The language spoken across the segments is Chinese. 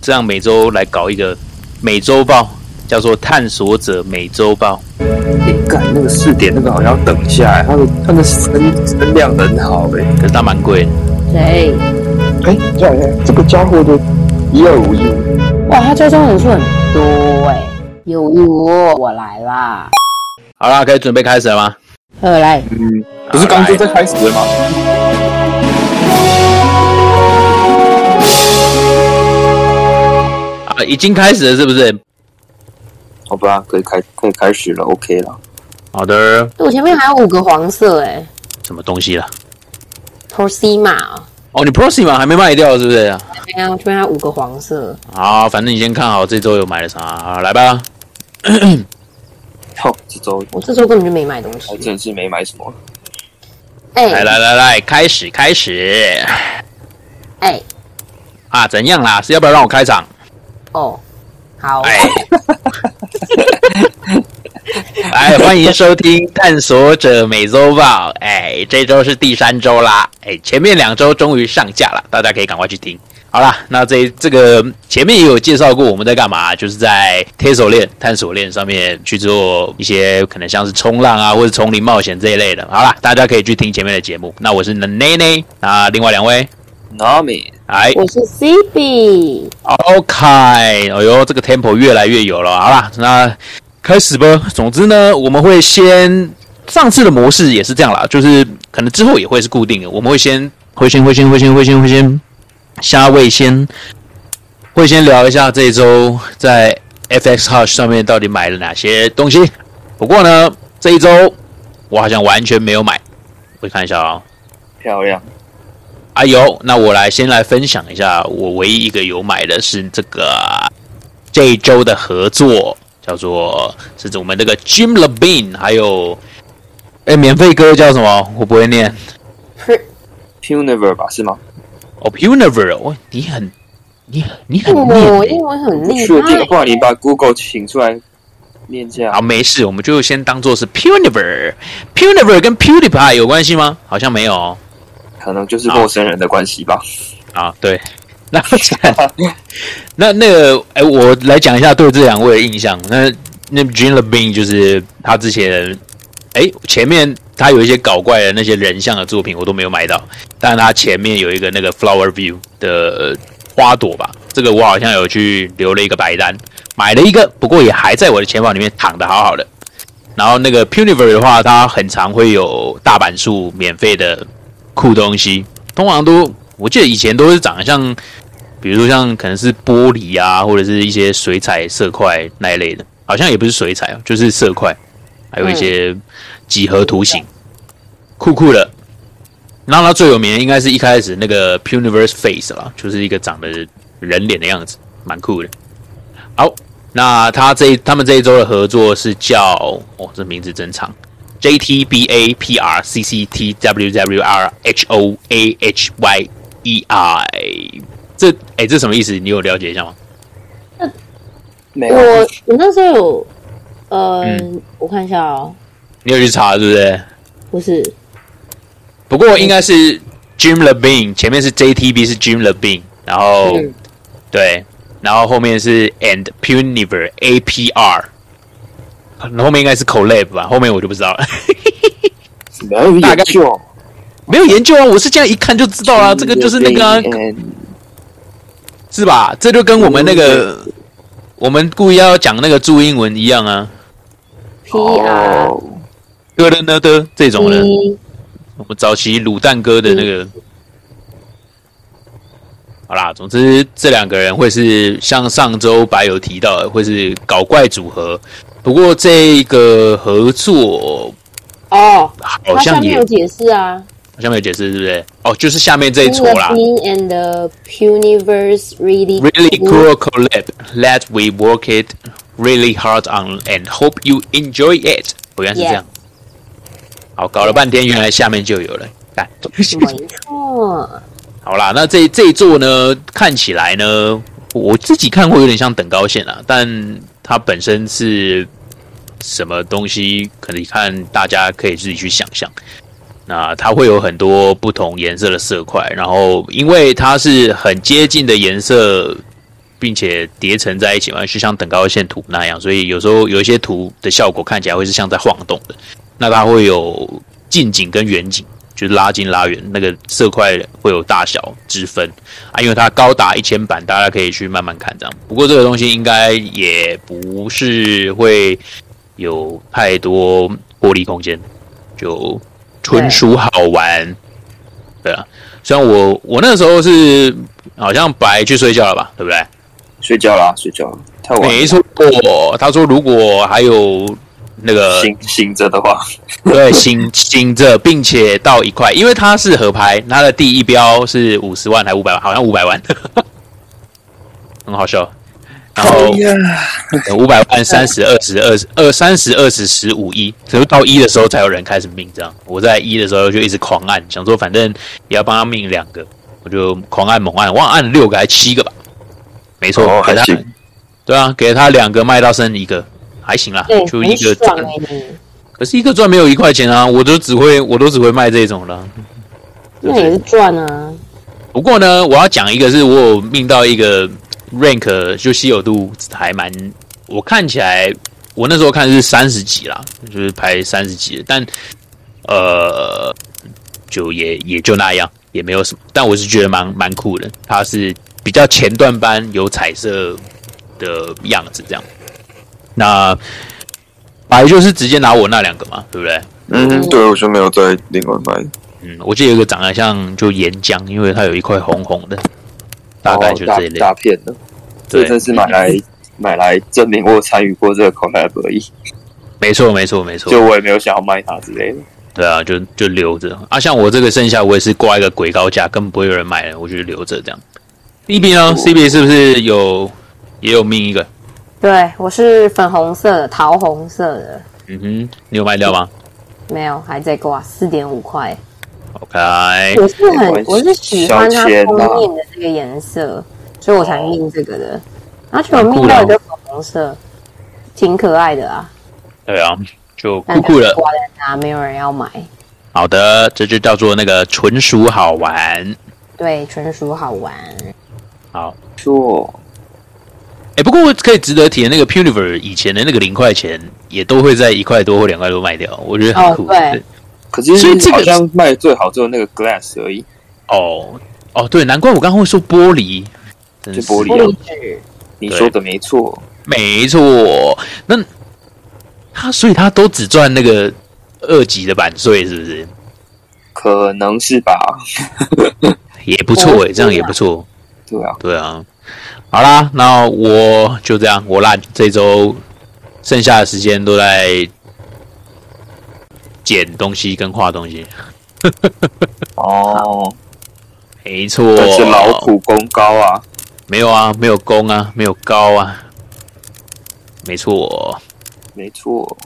这样每周来搞一个每周报，叫做《探索者每周报哎，干那个四点那个好像要等一下、欸，它的它的声声量很好哎、》，可是它蛮贵的。谁？哎、这样看这个家伙的一二五一五，哇，他追踪人数很多哎、有我我来啦，好啦，可以准备开始了吗？呃，来，嗯，不是刚就在开始了吗？啊，已经开始了，是不是？好吧，可以开可以开始了，OK 了。好的，我前面还有五个黄色哎、什么东西啦？ p r o c i m a 哦，你 Prosima 还没卖掉，是不是？对啊，我这边还有五个黄色，好，反正你先看好这周有买了啥，好来吧。好，这周我这周根本就没买东还西。真是没买什么。哎、来来来来，开始开始哎、啊！怎样啦？是要不要让我开场？哦，好， 哎，来哎欢迎收听《探索者每周报》。哎，这周是第三周啦。哎，前面两周终于上架了，大家可以赶快去听。好啦，那这这个前面也有介绍过我们在干嘛，就是在贴手链、探索链上面去做一些可能像是冲浪啊，或者丛林冒险这一类的。好啦，大家可以去听前面的节目。那我是奈奈，那另外两位， Nami，哎，我是 C B， OK，哎呦，这个 tempo 越来越有了。好啦，那开始吧。总之呢，我们会先上次的模式也是这样啦，就是可能之后也会是固定的。我们会先会先会先会先会先会先下位先会先聊一下这一周在 FX Hush 上面到底买了哪些东西。不过呢，这一周我好像完全没有买，我看一下啊、漂亮，啊有，那我来先来分享一下，我唯一一个有买的是这个这一周的合作，叫做是我们这个 Jim Levine，还有哎免费歌叫什么？我不会念 Puniver 吧是吗？哦 p u n i v e r 哦，你很你你很我念英文很不厉确定，害，不然你把 Google 请出来念一下啊，。没事，我们就先当做是 p u n i v e r p u n i v e r 跟 PewDiePie 有关系吗？好像没有哦可能就是陌生人的关系 吧。啊，对。那 那那个，哎、我来讲一下对这两位的印象。那那 Jean Levine 就是他之前，哎、前面他有一些搞怪的那些人像的作品，我都没有买到。但他前面有一个那个 Flower View 的花朵吧，这个我好像有去留了一个白单，买了一个，不过也还在我的钱包里面躺的好好的。然后那个 Puniver 的话，它很常会有大板树免费的酷东西，通常都我记得以前都是长得像，比如说像可能是玻璃啊，或者是一些水彩色块那一类的，好像也不是水彩，哦就是色块，还有一些几何图形，酷酷的。然后它最有名的应该是一开始那个 Puniverse Face 啦，就是一个长得人脸的样子，蛮酷的。好，那他这一他们这一周的合作是叫哦，这名字真长，J T B A P R C C T W W R H O A H Y E I。这哎，这什么意思？你有了解一下吗？没我我那时候有，呃，嗯我看一下哦，你有去查对不对？不是，不过应该是 Jim Levine，前面是 J T B 是 Jim Levine，然后、嗯对，然后后面是 and Puniver A P R，后面应该是 collab 吧，后面我就不知道了，没有大概研究，没有研究啊，我是这样一看就知道啊，这个就是那个啊、是吧？这就跟我们那个我们故意要讲那个注英文一样啊， P R 哦，的的呢的这种呢， P 我们早期卤蛋哥的那个。好啦，总之这两个人会是像上周白有提到的，会是搞怪组合。不过这个合作哦，好它下像面也有解释啊。好像没有解释，是不是？哦，就是下面这一 In 撮 the 啦。 bean and the universe really Really cool collab. Let we work it really hard on and hope you enjoy it. 我原来是这样。好，搞了半天，原来下面就有了。干，没错，好啦，那这这一座呢，看起来呢，我自己看会有点像等高线啊，但它本身是什么东西，可能看大家可以自己去想象。那它会有很多不同颜色的色块，然后因为它是很接近的颜色并且叠层在一起嘛，就像等高线图那样，所以有时候有一些图的效果看起来会是像在晃动的。那它会有近景跟远景，就是拉近拉远，那个色块会有大小之分啊。因为它高达一千版，大家可以去慢慢看这样。不过这个东西应该也不是会有太多玻璃空间，就纯属好玩，对啊。虽然我我那时候是好像白去睡觉了吧，对不对？睡觉啦，睡觉啦，太晚了没错，他说如果还有那个醒醒着的话，对，醒醒着，并且到一块，因为它是合拍，它的第一标是五十万还五百万，好像五百万， 很好笑。然哎后五百万、三十、二十、二十二、三十、二十、十五、一，只有到一的时候才有人开始命这样。我在一的时候就一直狂按，想说反正也要帮他命两个，我就狂按猛按，忘了按六个还七个吧，没错，哦给他还行对啊，给他两个卖到剩一个，还行啦，对，就一很个爽赚哎、你，可是一个赚没有一块钱啊，我都只会我都只会卖这种了。那也是赚啊，不过呢，我要讲一个是我有命到一个 rank 就稀有度还蛮，我看起来我那时候看是三十几啦，就是排三十几的，但呃，就也也就那样，也没有什么。但我是觉得蛮蛮酷的，它是比较前段班有彩色的样子这样。那白就是直接拿我那两个嘛，对不对？嗯嗯，对，我就没有在另外买。嗯，我记得有一个长得像就岩浆，因为它有一块红红的，大概就哦大这一类。大片的，这对真是买 来买来证明我有参与过这个 collab 而已，没错，没错，没错。就我也没有想要卖它之类的。对啊，就就留着啊。像我这个剩下，我也是挂一个鬼高价，根本不会有人买了，我就留着这样。C B 呢哦？C B 是不是有也有命一个？对我是粉红色的、桃红色的，嗯哼，你有卖掉吗没有还在挂四点五块， ？OK，哎我是很没关系我是喜欢它小钱啊封面的这个颜色，所以我才命这个的，然后结果命蛮到酷的一个粉红色，挺可爱的啊，对啊，就但酷酷的。挂在那没有人要买，好的，这就叫做那个纯属好玩。对，纯属好玩，好，错，哎、不过可以值得提的那个 Puniver 以前的那个零块钱，也都会在一块多或两块多卖掉，我觉得很哦酷。对可是所以这个好像卖得最好只有那个 glass 而已，哦哦，对，难怪我刚刚会说玻璃，真就是玻玻璃璃啊。纸，你说的没错，没错。那他所以他都只赚那个二级的版税，是不是？可能是吧？也不错欸哦啊诶、这样也不错。 对啊，对啊，好啦，那我就这样，我烂这周剩下的时间都在剪东西跟画东西。哦，没错，真是劳苦功高啊！没有啊，没有弓啊，没有高啊，没错。没错，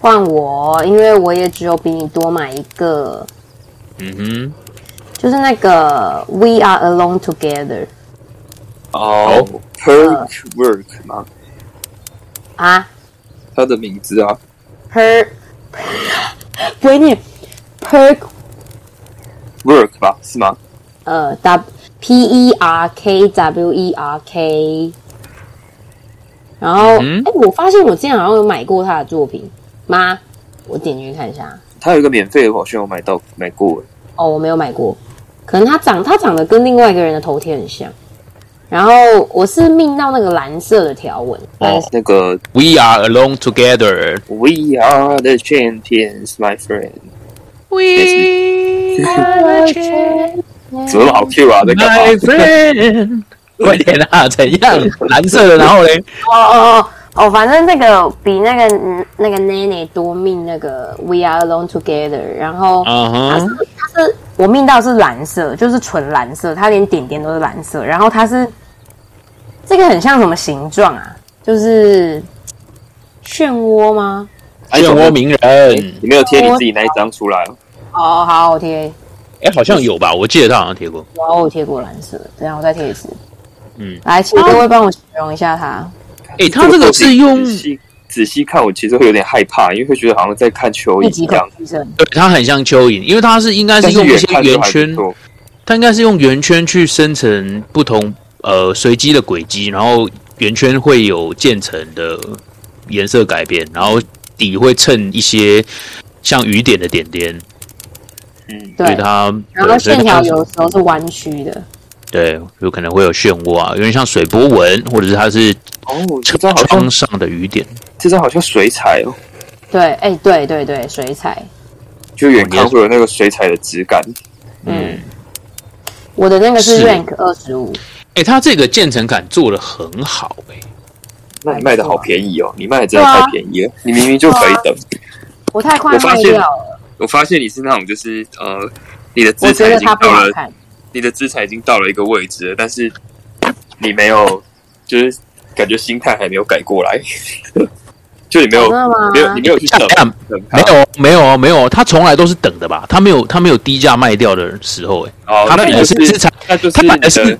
换我，因为我也只有比你多买一个，嗯哼。就是那个 We Are Alone Together 哦，Perk Work 嘛，啊它的名字啊， ，Per 不会念 Perk work 吧，是吗？呃 W P E R K W E R K，然后哎、嗯诶我发现我之前好像有买过他的作品妈，我点进去看一下，它有一个免费的，我好像有买到买过，哦，我没有买过，可能他长他长得跟另外一个人的头贴很像。然后我是命到那个蓝色的条纹，哦那个，We are alone together。 We are the champions, my friend，嗯 We 怎么老 Q 啊？在干 my 嘛？ friend，快 点啊！怎样？蓝色的，然后嘞？哦哦哦哦，反正那个比那个嗯那个 Nene 多命那个 We Are Alone Together，然后嗯它是、哼，它是我命到是蓝色，就是纯蓝色，它连点点都是蓝色，然后它是这个很像什么形状啊？就是漩涡吗？漩涡鸣人。你没有贴你自己那一张出来哦？哦，好，我贴，哎，好像有吧？我记得他好像贴过。我我有贴过蓝色，等一下我再贴一次。嗯，来，请各位帮我形容一下它。哎，他这个是用，仔细仔细看，我其实会有点害怕，因为会觉得好像在看蚯密蚓集一恐样。惧症，对，他很像蚯蚓，因为哦他是应该但是用一远些看就圆还圈不，错，他应该是用圆圈去生成不同呃随机的轨迹，然后圆圈会有渐层的颜色改变，然后底会衬一些像雨点的点点，所以对，它然后对所以线它条有时候是弯曲的，对有可能会有漩涡啊，有点像水波纹，或者是它是哦，这车张好像窗上的雨点。这张好像水彩哦，对，哎，对对对，水彩。就远看会有那个水彩的质感。哦嗯，我的那个是是 rank 二十五，哎、它这个渐层感做的很好、欸，那你卖的好便宜哦，你卖的真的啊太便宜了，你明明就可以等。我太快我发卖现掉了，啊我发现你是那种就是呃，你的我资产觉得已经它不到好了，看。你的资产已经到了一个位置了，但是你没有，就是感觉心态还没有改过来，就你没有真的啊吗哦没有你没有去像等看等它没有哦没有没有，它从来都是等的吧？它没有它没有低价卖掉的时候、欸，哦，它那本你来就是资是产，那就是它你本来的是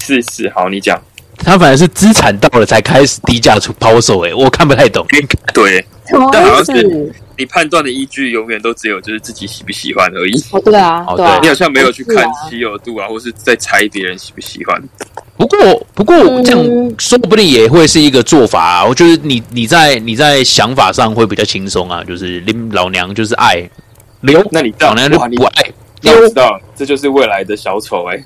是是好，你讲它反而是资产到了才开始低价出抛售、欸，我看不太懂。对，什么但好意像思？是你判断的依据永远都只有就是自己喜不喜欢而已。哦，对啊，哦对啊你，好像没有去是看啊稀有度啊，或是在猜别人喜不喜欢。不过不过嗯这样说不定也会是一个做法啊。我觉得你你在你在想法上会比较轻松啊，就是拎老娘就是爱留，那你这老样娘就哇你不爱那我溜知道了，这就是未来的小丑 哎、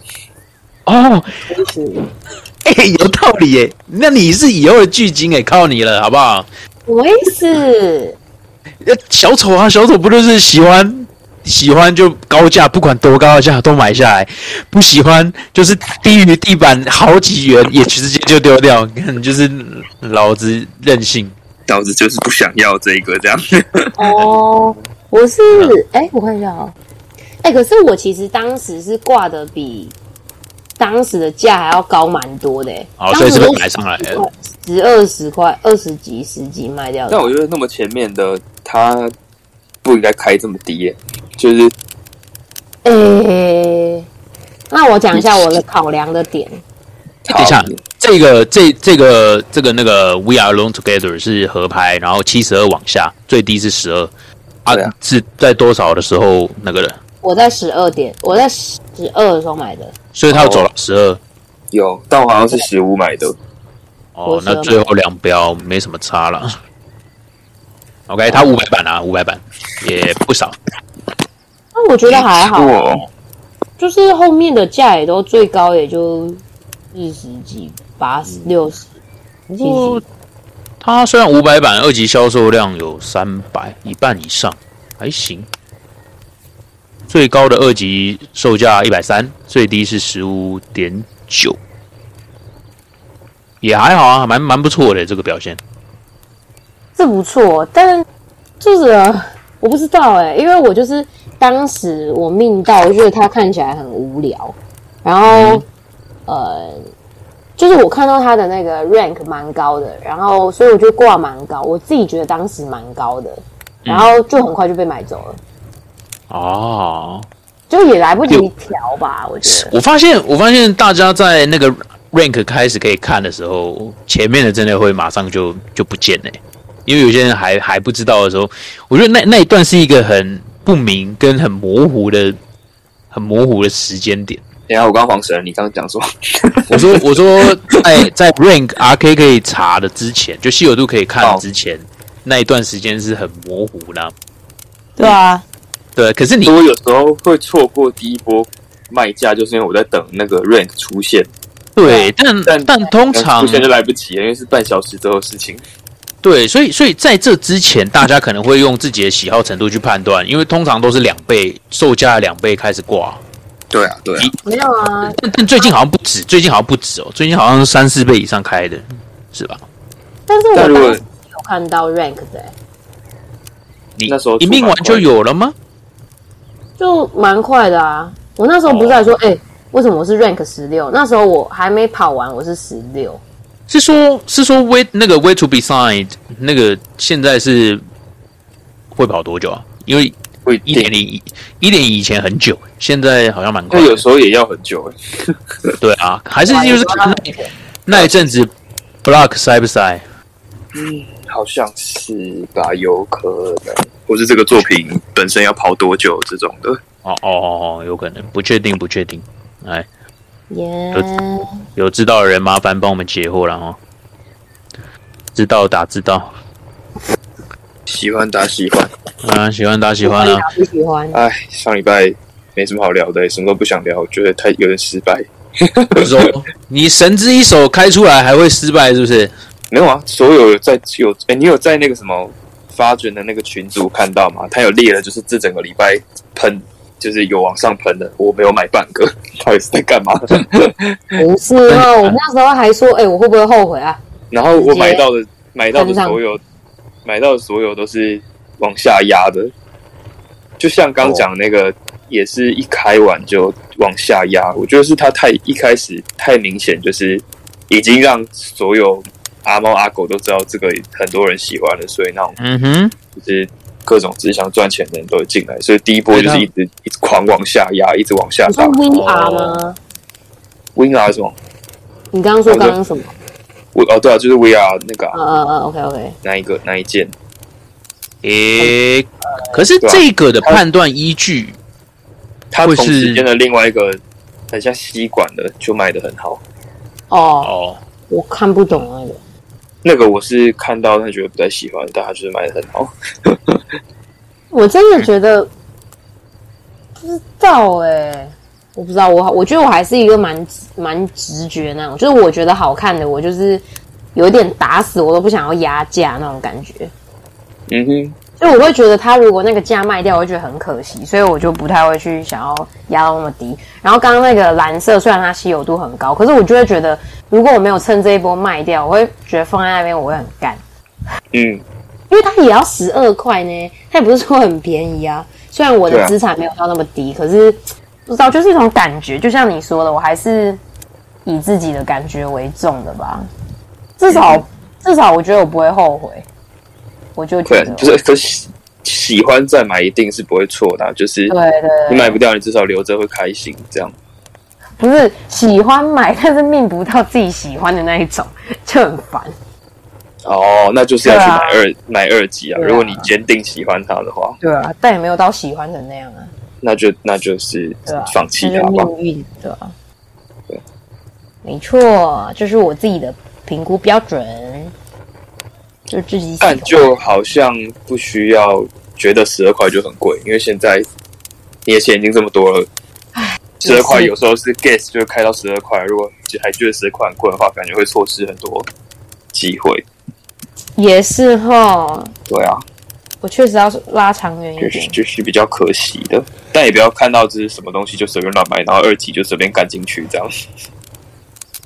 哦。真是哎、有道理耶、那你是以后的巨鲸哎、靠你了，好不好？什么意 思？呃小丑啊，小丑不就是喜欢喜欢就高价，不管多高的价都买下来；不喜欢就是低于地板好几元也直接就丢掉。 看，就是老子任性。导致就是不想要这个这样。哦，我是哎、我看一下啊，哎、可是我其实当时是挂的比当时的价还要高蛮多的、欸，好，当所以时是不都是买上来了？十二十块、二十几、十几卖掉的但。我觉得那么前面的他不应该开这么低耶、就是哎、那我讲一下我的考量的点，哎等一下，这个这这个这个那个 We Are Alone Together 是合拍，然后七十二往下，最低是十二啊对啊是在多少的时候那个的？我在十二点，我在十二的时候买的，所以他要走哦到十二。有，但我好像是十五买的，哦我，那是最后两标没什么差了。OK，它五百版啊，五百版也不少。那我觉得还好，啊我就是后面的价也都最高也就四十几、八十、六十。不过它虽然五百版二级销售量有三百，一半以上，还行。最高的二级售价一百三，最低是十五点九，也还好啊，蛮蛮不错的这个表现。是不错，但就是呃我不知道哎、因为我就是当时我命到，我觉得它看起来很无聊，然后、嗯呃，就是我看到它的那个 rank 蛮高的，然后所以我就挂蛮高，我自己觉得当时蛮高的，嗯然后就很快就被买走了，哦，就也来不及调吧，我觉得。我发现，我发现大家在那个 rank 开始可以看的时候，前面的真的会马上就就不见了欸、因为有些人还还不知道的时候，我觉得那那一段是一个很不明跟很模糊的、很模糊的时间点。等一下我刚黄神，你刚刚讲 说，我说，我说在在 rank RK 可以查的之前，就稀有度可以看之前，那一段时间是很模糊的啊。对啊，对，可是你所以我有时候会错过第一波卖价，就是因为我在等那个 rank 出现，对，但但但通但常出现就来不及了，因为是半小时之后的事情。对，所以所以在这之前，大家可能会用自己的喜好程度去判断，因为通常都是两倍售价的两倍开始挂，对啊，对啊没有啊，但但最近好像不止，最近好像不止哦，最近好像是三四倍以上开的，是吧？但是我但当如果时有看到 rank 的欸、你那时候你命完就有了吗？就蛮快的啊。我那时候不哦是还说，哎、为什么我是 rank 十六？那时候我还没跑完，我是十六。是说，是说 way 那个 way to be signed 那个现在是会跑多久啊？因为不一一定点，零一点以前很久，现在好像蛮快那的。有时候也要很久、欸。对啊，还是就是那那一阵子 block 塞不塞？嗯好像是吧，有可能，或是这个作品本身要跑多久这种的。哦哦哦，哦，有可能，不确定，不确定。哎，耶、有知道的人麻烦帮我们解惑了哦。知道打知道，喜欢打喜欢。啊，喜欢打喜喜欢 欢啊，打不喜欢，哎，上礼拜没什么好聊的，什么都不想聊，我觉得太有点失败。你说你神之一手开出来还会失败是不是？ 没有啊，所有在有哎、你有在那个什么发卷的那个群组看到吗？他有列了，就是这整个礼拜喷，就是有往上喷的，我没有买半 个，到底是在 干嘛？ 不是哦，我那时候还说，哎、我会不会后悔啊？然后我直接买到的买到的所有买到的所有都是往下压的，就像刚讲那个、也是一开完就往下压，我觉得是他太一开始太明显，就是已经让所有阿猫阿狗都知道这个很多人喜欢了，所以那种嗯哼，就是各种只想赚钱的人都会进来，所以第一波就是一直一直狂往下压，一直往下你说打。啊 Win R 哦吗？ Win R 什么？你刚刚说刚刚什么？我哦对啊，就是 V R 那个、啊、嗯嗯嗯，OK OK，那一个那一件，诶、可是这个的判断依据它会同是时间的另外一个很像吸管的就卖的很好。哦，哦，我看不懂那个，那个我是看到但觉得不太喜欢，但它就是卖的很好。我真的觉得、不知道哎、我不知道，我我觉得我还是一个蛮蛮直觉那种，就是我觉得好看的，我就是有一点打死我都不想要压价那种感觉。嗯哼，所以我会觉得他如果那个价卖掉，我会觉得很可惜，所以我就不太会去想要压到那么低。然后刚刚那个蓝色虽然它稀有度很高，可是我就会觉得，如果我没有趁这一波卖掉，我会觉得放在那边我会很干，嗯，因为它也要十二块呢，它也不是说很便宜啊。虽然我对的啊资产没有到那么低，可是不知道就是一种感觉，就像你说的，我还是以自己的感觉为重的吧。至嗯少至少我觉得我不会后悔，我就对啊觉得，不是，可是喜欢再买一定是不会错的啊、就是对对对。你买不掉，你至少留着会开心。这样，不是喜欢买，但是命不到自己喜欢的那一种，就很烦。哦，那就是要去对啊买二、买二级啊。对啊如果你坚定喜欢它的话，对啊，但也没有到喜欢的那样啊，那就那就是对啊，放弃那它就吧。命运，对啊对，没错，这是我自己的评估标准，就自己喜欢但。就好像不需要觉得十二块就很贵，因为现在你的钱已经这么多了，十二块也是有时候是 gas 就开到十二块，如果还觉得十二块很贵的话，感觉会错失很多机会。也是哈，对啊，我确实要拉长远一就是点。就是比较可惜的，但也不要看到这是什么东西就随便乱买，然后二级就随便干进去这样，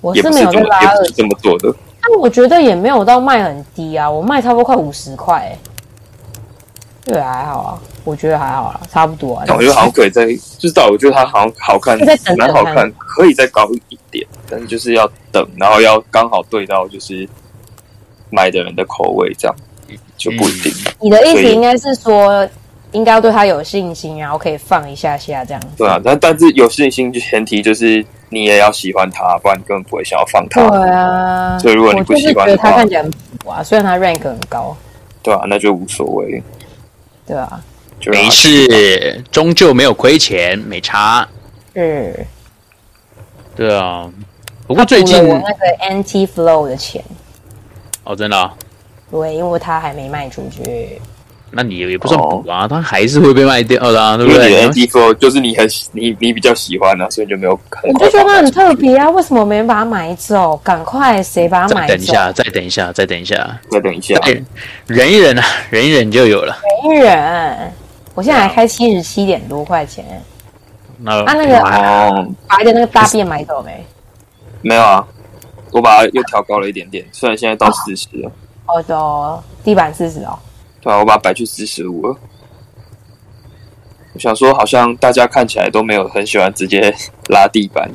我也是不没是有这在么拉也二不是，这么做的。但我觉得也没有到卖很低啊，我卖差不多快五十块、欸，对啊，还好啊，我觉得还好啦，差不多啊。但我觉哦得好像可以再，就是到我觉得它好像好看就再，等等蛮好看看，可以再高一点，但是就是要等，然后要刚好对到就是买的人的口味，这样就不一定。嗯你的意所思以应该是说，应该要对他有信心，然后可以放一下下这样。对啊，但但是有信心就前提就是你也要喜欢它，不然你根本不会想要放它。啊所以如果你我不就是喜觉欢得的他话看，起来很普啊，虽然他 rank 很高，对啊，那就无所谓，对啊，就让它没事，终究没有亏钱，没差。是。对啊，不他过最补近了我那个 anti flow 的钱，哦，真的、啊，对，因为他还没卖出去。那你也不算补啊，它还是会被卖掉的、啊，对因不为对？你的 ND Flow 就是你很喜你你比较喜欢啊，所以你就没有很我快就觉得他把它很特别啊，为什么没人把它买走？赶快，谁把它再买等一走？下，再等一下，再等一下，再等一下，哎，忍一忍啊，忍一忍就有了。没人。我现在还开七十七点多块钱，那啊那个哇哦，把一个那个大便买走没？没有啊，我把它又调高了一点点，虽然现在到四十了，哦，走，地板四十哦。对啊，我把它摆去四十五了。我想说，好像大家看起来都没有很喜欢直接拉地板，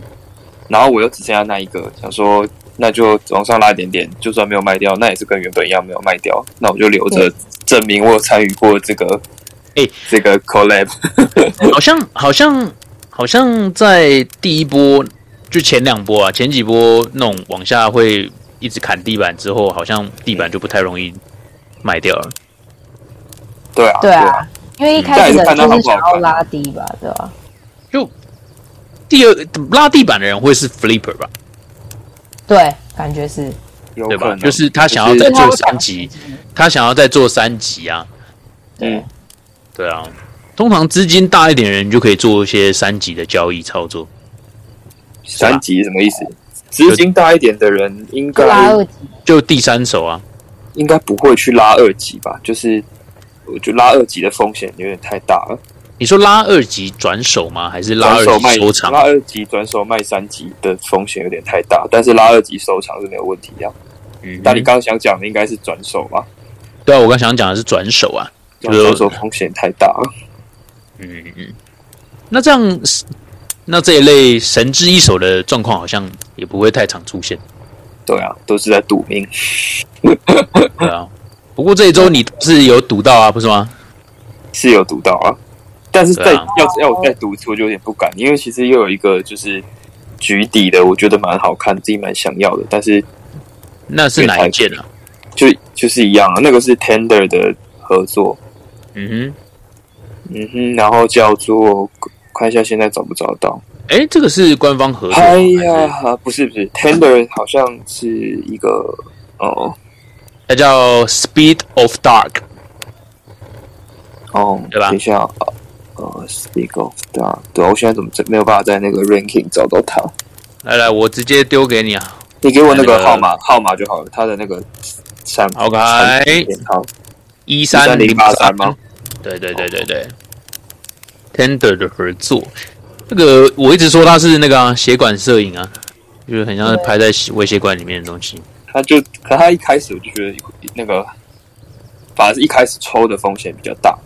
然后我又只剩下那一个，想说那就往上拉一点点，就算没有卖掉，那也是跟原本一样没有卖掉，那我就留着证明我有参与过这个，哎这个 collab，好像好像好像在第一波就前两波啊，前几波那种往下会一直砍地板之后，好像地板就不太容易卖掉了。对啊，对啊，因为一开嗯但始的也是看就他好是不好想看要拉低吧，对吧、就第二拉地板的人会是 Flipper 吧？对，感觉是有对可吧？能就是他想要就是再他做会三想级，他想要再做三级啊，嗯，对啊。通常资金大一点的人，你就可以做一些三级的交易操作。三级是什么意思？资金大一点的人应该拉二级，就第三手啊，应该不会去拉二级吧？就是我觉得拉二级的风险有点太大了，你说拉二级转手吗？还是拉转二手卖级收场？拉二级转手卖三级的风险有点太大，但是拉二级收场是没有问题的。嗯但你刚刚想讲的应该是转手嘛？对啊，我刚想讲的是转手啊。就转是手风险太大了。嗯嗯嗯。那这样，那这一类神之一手的状况好像也不会太常出现，对啊，都是在赌命。对啊。不过这一周你是有赌到啊，不是吗？是有赌到啊，但是再、对啊要要我再赌一次，我就有点不敢，因为其实又有一个就是局底的，我觉得蛮好看，自己蛮想要的，但是那是哪一件啊？就就是一样啊，那个是 Tender 的合作，嗯嗯哼，然后叫做看一下现在找不找得到，哼，哎，这个是官方合作吗，哎还是呀，不是不是，Tender 好像是一个哦它叫 Speed of Dark，哦，对吧等一下。呃呃，Speak of 对啊，对啊，我现在怎么没有办法在那个 ranking 找到它？来来，我直接丢给你啊。你给我那那个个号码号码就好了，他的那个三 OK 好一三零八13083吗？对对对对对，Tender 的合作，这个我一直说它是那个、啊、血管摄影啊，就是很像是拍在血微血管里面的东西。他就可他一开始我就觉得那个，反而是一开始抽的风险比较大，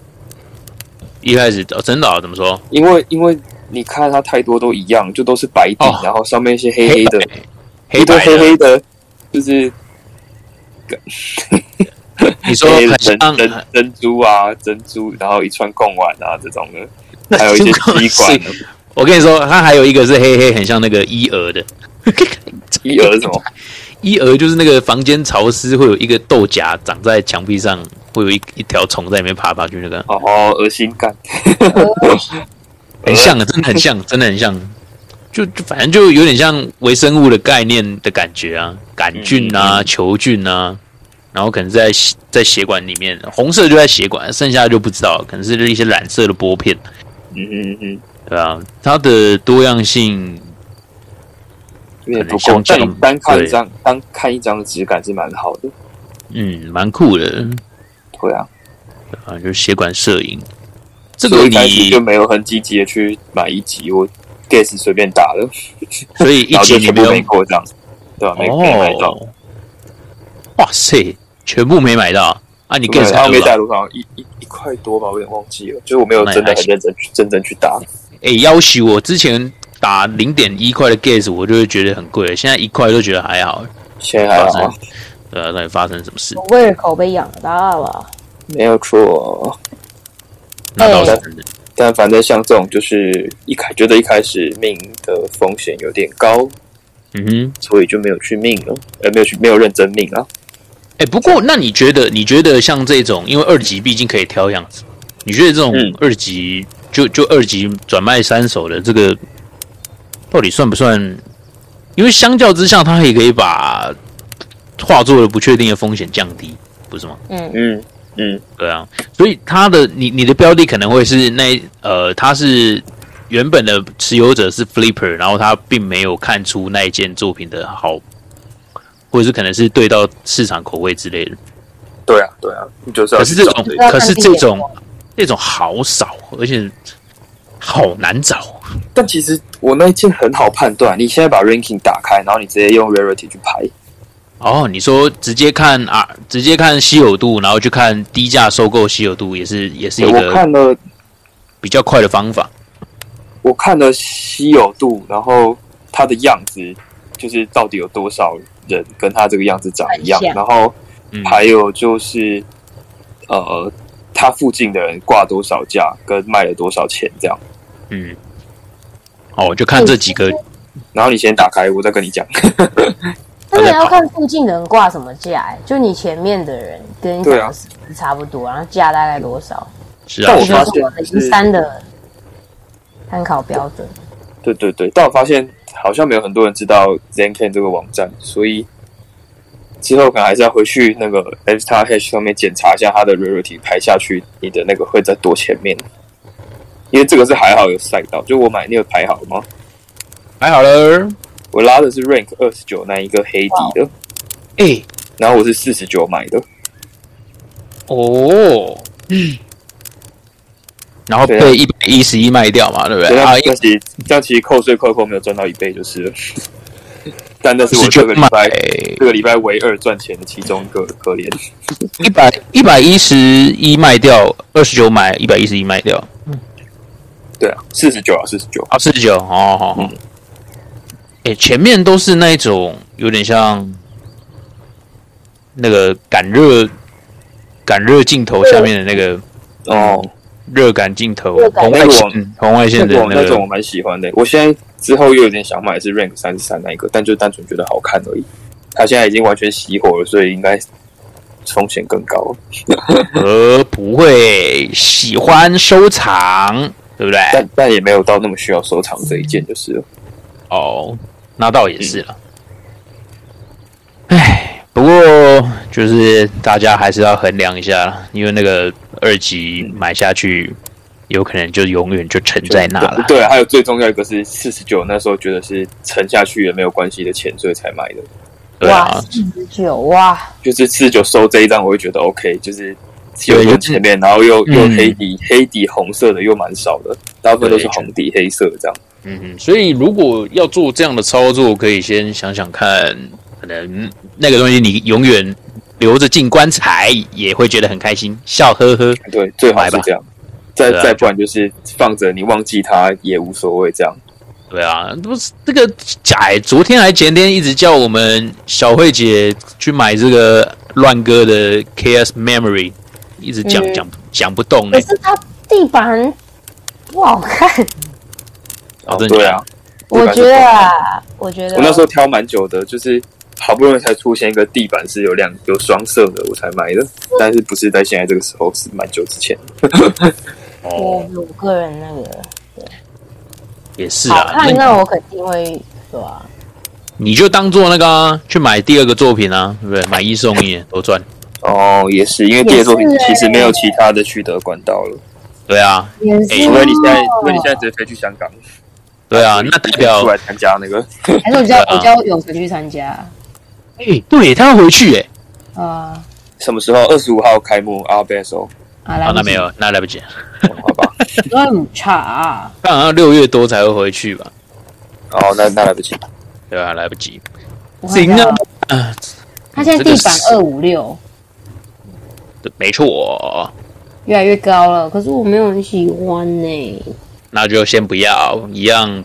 一开始哦，真的、啊、怎么说？因为因为你看他太多都一样，就都是白底，哦然后上面一些黑黑的， 黑一堆白黑的黑的，就是你说黑很的珍像珍珍珠啊珍珠，然后一串贡丸啊这种的，那还有一些这个吸管啊是，我跟你说，它还有一个是黑黑，很像那个伊蛾的。一儿什么伊蛾就是那个房间潮湿会有一个豆荚长在墙壁上，会有一一条虫在里面爬来爬去，那个哦恶心干，很像啊，真的很 像，真的很像。就就反正就有点像微生物的概念的感觉啊，杆菌嗯啊、球菌啊，然后可能在血在血管里面，红色就在血管，剩下就不知道，可能是一些染色的玻片。嗯嗯嗯，对啊，它的多样性有点不可够能像，这但种你单看一对张单看一张的质感是蛮好的，嗯，蛮酷的对啊。啊，就是血管摄影。这这个个一你开始就没有很积极的去买一集，我 guess 随便打了，所以一然后集就你全没部没有过这样子，对啊吧、没、没买到，哦，哇塞，全部没买到啊！你对更然惨后没了带吧？入，好像一一一块多吧，我有点忘记了，就是我没有真的很认真去认真去打，哎、要挟我之前打零点一块的 gas，我就会觉得很贵了，现在一块都觉得还好。现在还发好生啊，对啊，到底发生什么事？我胃口被养大了。没有错。那倒哎是真的。但反正像这种，就是一开觉得一开始命的风险有点高，嗯哼。所以就没有去命了，呃，没有去没有认真命啊。哎、不过那你觉得，你觉得像这种，因为二级毕竟可以挑样子，你觉得这种嗯二级、就就二级转卖三手的这个，到底算不算？因为相较之下，它也可以把画作的不确定的风险降低，不是吗？嗯，嗯嗯，对啊，所以它的你你的标的可能会是那呃，它是原本的持有者是 Flipper，然后他并没有看出那一件作品的好，或者是可能是对到市场口味之类的。对啊对啊，你就是要可是这去找种个，可是这种，这种好少，而且好难找。但其实我那一件很好判断，你现在把 ranking 打开，然后你直接用 rarity 去排。哦，你说直接看啊，直接看稀有度，然后去看低价收购稀有度，也是也是一我个看了，比较快的方法。我看了稀有度，然后它的样子，就是到底有多少人跟它这个样子长一样很，像然后嗯，还有就是，呃，它附近的人挂多少价，跟卖了多少钱这样。嗯，哦，就看这几个，然后你先打开，我再跟你讲。他真在的跑要看附近的人挂什么价、欸，就你前面的人跟你对啊讲的是差不多，然后价大概多少，是啊但我这是就啊发是现我们一三的参考标准。对对对，但我发现好像没有很多人知道 Zencan 这个网站，所以之后可能还是要回去那个 a s t a r Hash 上面检查一下它的 rarity 排下去，你的那个会在多前面。因为这个是还好有赛道，就我买那个排好了吗？还好了。我拉的是 rank 二十九那一个黑底的，哎、然后我是四十九买的，哦，嗯，然后对啊被一百一十一卖掉嘛，对不所对？以啊它，这样其实这样其实扣税扣一扣没有赚到一倍就是了。 但那是我十这九个礼买拜这个礼拜唯二赚钱的其中一个，可怜。一百一百一十一卖掉，二十九买一百一十一卖掉，对啊，四十九啊，四十九。啊，四十九，哦好嗯好。哎、前面都是那一种有点像那个感热感热镜头下面的那个哦，热感镜头，热感红外线红外那线的种那那种个我蛮喜欢的。我现在之后又有点想买的是 rank 三十三那一个，但就单纯觉得好看而已。它现在已经完全熄火了，所以应该风险更高了。而不会喜欢收藏，对不对？但但也没有到那么需要收藏这一件，就是了哦，那倒也是了。唉，哎不过就是大家还是要衡量一下啦，因为那个二级买下去，有可能就永远就沉在那了。对，啊还有最重要一个是四十九，那时候觉得是沉下去也没有关系的钱，所以才买的。对哇，啊，四十九哇，就是四十九收这一张，我会觉得 OK，就是有对有有前面，然后又嗯又黑底、黑底红色的又蛮少的，大部分都是红底黑色的这样。嗯哼，所以如果要做这样的操作，可以先想想看，可能那个东西你永远留着进棺材，也会觉得很开心，笑呵呵。对，最好买是吧这样。再对啊再不然就是放着你忘记它也无所谓这样。对啊，不是这个哎，昨天还前天一直叫我们小慧姐去买这个乱哥的 KS Memory，一直讲嗯讲讲不动呢、可是它地板不好看，哦真的对啊，我地板是觉得啊，我觉得我那时候挑蛮久的，就是好不容易才出现一个地板是有亮有双色的，我才买的。但是不是在现在这个时候，是蛮久之前。哦我，我个人那个也是好啊，看，那那我肯定会对啊吧？你就当做那个、啊、去买第二个作品啊，对不对？买一送一都赚。哦，也是，因为第二作品也是欸其实没有其他的取得管道了，对啊，也哎是除哦非你现在，除非你现在直接飞去香港。对啊，那代表出来参加那个，还是我叫对啊我叫永成去参加哎、对他要回去哎、啊什么时候？二十五号开幕 r b s o 哦啊！啊来，不那及没，有，那来不及，好吧？因为很差啊。他好像六月多才会回去吧？哦，那那来不及。对啊，来不及。我看一行下啊哦，啊，它现在这地个板是二五六，对没错。越来越高了，可是我没有很喜欢呢、那就先不要，一样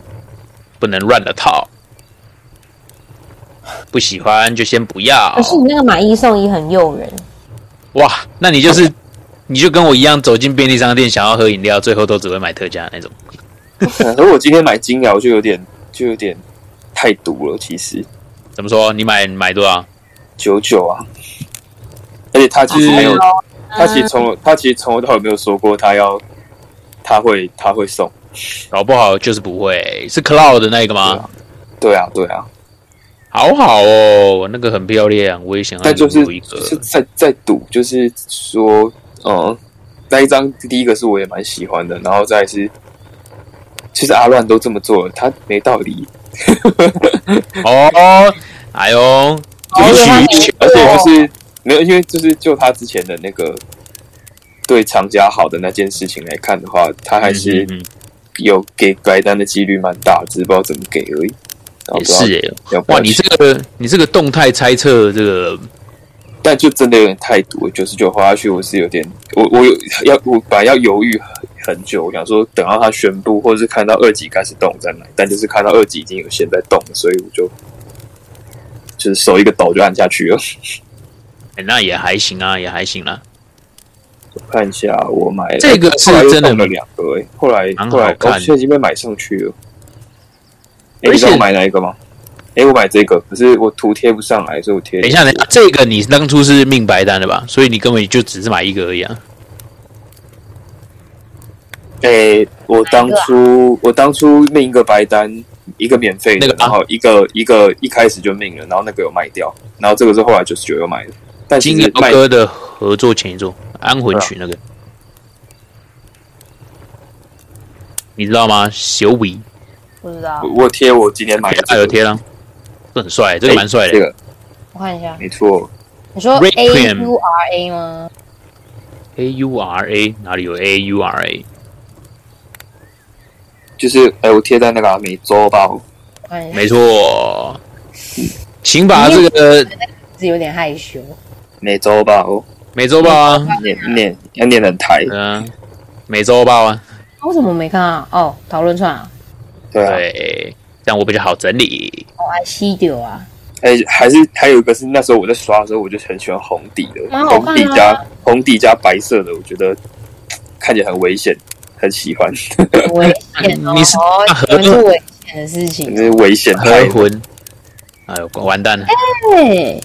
不能乱了套。不喜欢就先不要可。是你那个买一送一很诱人，哇，那你就是你就跟我一样走进便利商店想要喝饮料，最后都只会买特价那种。 可是我今天买金疗就有点，就有点太毒了，其实怎么说？你买买多少？九九啊，而且他其哦实没有，他其实嗯从他其实从头到尾没有说过他要，他会他会送，搞不好就是不会，是 Cloud 的那个对吗啊？对啊对啊，好好哦，那个很漂亮，我也想要但就是有一个。就是在在赌，就是说，嗯，那一张第一个是我也蛮喜欢的，然后再来是，其实阿乱都这么做了，他没道理，哦，哎呦，哦允原来许没允许，而且就是没有，因为就是就他之前的那个对厂家好的那件事情来看的话，他还是嗯嗯有给白单的几率蛮大，只是不知道怎么给而已。然也后不知道是耶。要不要哇，你去这个你这个动态猜测这个但就真的有点太毒了，九十九花下去，我是有点，我我有要我本来要犹豫很很久，我想说等到他宣布，或者是看到二级开始动再买，但就是看到二级已经有现在动了，所以我就就是手一个抖就按下去了。哎，那也还行啊，也还行啦、我看一下，我买了这个是后来又真的动了两个诶、后来蛮好后来看哦，现在已经被买上去了。诶而且你知道我买哪一个吗？诶，我买这个，可是我图贴不上来，所以我贴。等一下，等一下，这个你当初是命白单的吧？所以你根本就只是买一个而已啊。诶、我当初、我当初另一个白单，一个免费的，那个啊然后一个一个一开始就命了，然后那个有卖掉，然后这个是后来九十九又卖的，但其金实瑶卖啊哥的合作前一座《安魂曲》那个，你知道吗？小伟不知道我，我贴我今天买哎的、这还哎有个，贴了，这很帅，这个诶蛮帅的。这个我看一下。没错，你说 A Requiem U R A 吗？ A U R A 哪里有 A U R A？就是诶、我贴在那个啊美洲吧，我看一下，没错，请把这个是有点害羞。美洲吧，哦，美洲豹啊，念念要念得很台，嗯，美洲豹啊，啊为什么我没看啊？哦，讨论串啊，对啊，对，这样我比较好整理。哦，还吸 丢啊，哎、还是还有一个是那时候我在刷的时候，我就很喜欢红底的，蛮好红看的底啊加红底加白色的，我觉得嘖看起来很危险，很喜欢， 很危险哦，你是哦大河你们是危险的事真情。是危险派黑。魂，哎呦，完蛋了！对，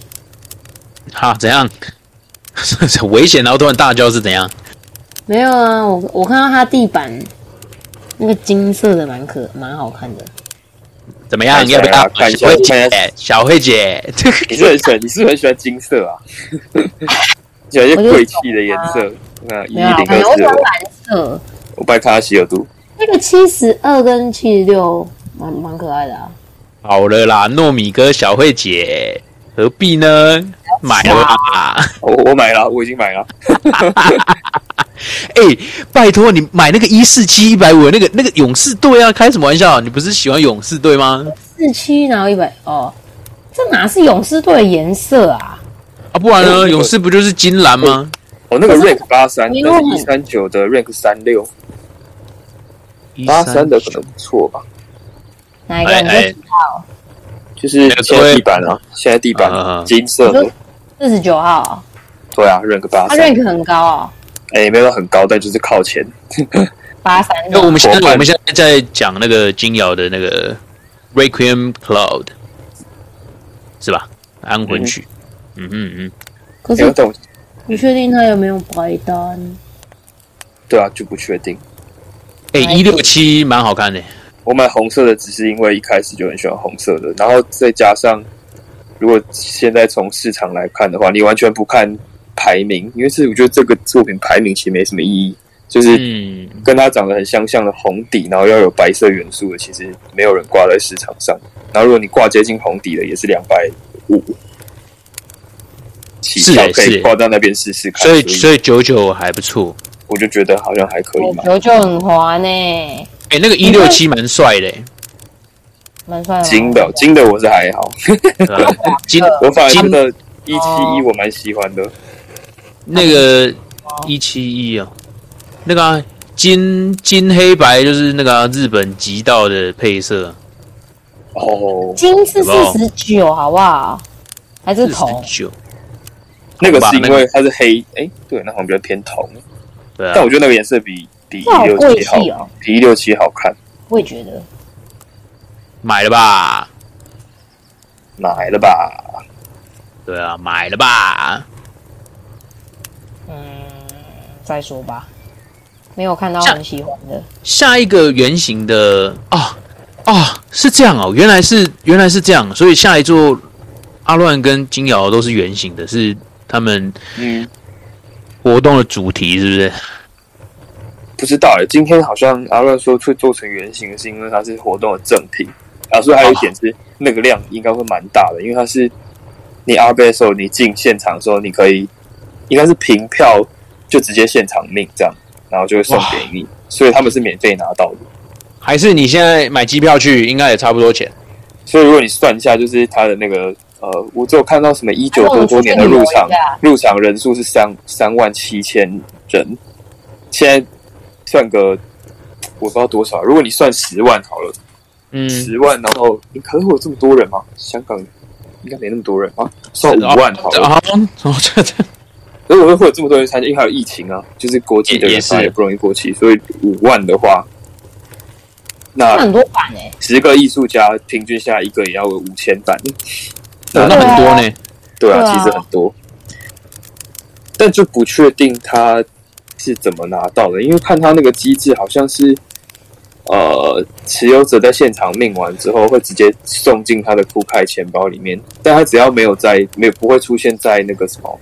哈，怎样？ 很危险，然后突然大叫是怎样？没有啊，我我看到它地板那个金色的蛮可蛮好看的，怎么样？看一下要不要？看一小下慧看一姐，小慧姐， 你是很喜欢，你是不是很喜欢金色啊？ 喜欢一些贵气的颜色。那一没有啊，零可能二我喜四欢五，蓝色。我拜看他稀有度。那个七十二跟七十六蛮蛮可爱的啊，好了啦，糯米哥，小慧姐，何必呢？买了啦！我我买了，我已经买了。哎、拜托你买那个一四七一百五，那个那个勇士队啊，开什么玩笑？你不是喜欢勇士队吗？四七然后一百哦，这哪是勇士队的颜色啊？啊，不然那呢？个勇士不就是金蓝吗？我哦那个可是 rank 八三，没有但是一三九的 rank 三六，哎八13三的可能不错吧。哪一个？哎你哎说就是那个现在地板啊，现在地板啊金色的你，四十九号啊，对啊，rank 八他三， rank 很高哦，哎，没有很高，但就是靠前。八三那的哎我们现伙在伴我们现在在讲那个金瑶的那个 Requiem Cloud，是吧？安魂曲。嗯嗯嗯，可哎没有是懂，不确定他有没有白单。对啊，就不确定。哎、哎一六七蛮好看的，我买红色的只是因为一开始就很喜欢红色的，然后再加上，如果现在从市场来看的话，你完全不看排名，因为是我觉得这个作品排名其实没什么意义，就是嗯，跟它长得很相像的红底，然后要有白色元素的，其实没有人挂在市场上。然后如果你挂接近红底的，也是两百五起是跳，欸可是以欸挂到那边试试看。所以所所以九九还不错，我就觉得好像还可以嘛。九九很滑呢，哎、那个一六七蛮帅的，蛮帅的。金的金的我是还好，对啊吧 金我反而觉金得一七一我蛮喜欢的。那个一七一哦，那个、啊、金金黑白就是那个啊、日本极道的配色，哦，金是好不好四十九，好不好？还是四十铜？九，那个吧是因那个为它是黑，哎、对，那好像比较偏铜，对但啊我，觉得那个颜色比比一这好六贵七好气，哦！比一六七好看，我也觉得，买了吧，买了吧？对啊，买了吧，嗯，再说吧。没有看到像很喜欢的，下一个圆形的哦哦是这样哦，原来是原来是这样，所以下一座阿乱跟金瑶都是圆形的，是他们嗯，活动的主题，是不是？不知道哎、今天好像阿乱说会做成圆形，是因为它是活动的赠品。啊，所以还有一点是，那个量应该会蛮大的，因为它是你阿贝的时候，你进现场的时候，你可以应该是凭票就直接现场命这样，然后就会送哇给你，所以他们是免费拿到的。还是你现在买机票去，应该也差不多钱。所以如果你算一下，就是他的那个呃，我只有看到什么一九多多年的入场哎入场人数是三三万七千人，现在算个我不知道多少。如果你算十万好了，嗯，十万，然后你可能会有这么多人吗？香港应该没那么多人啊，算五万好了。啊，哦，这这所以我会有这么多人参加，因为还有疫情啊，就是国际的也也人是才也不容易过去，所以五万的话，它那很多版哎，十个艺术家平均下一个也要有五千版。那很多呢。对啊，对啊其实很多，但就不确定它是怎么拿到的，因为看他那个机制好像是，呃，持有者在现场命完之后会直接送进他的酷派钱包里面，但他只要没有在没有不会出现在那个什么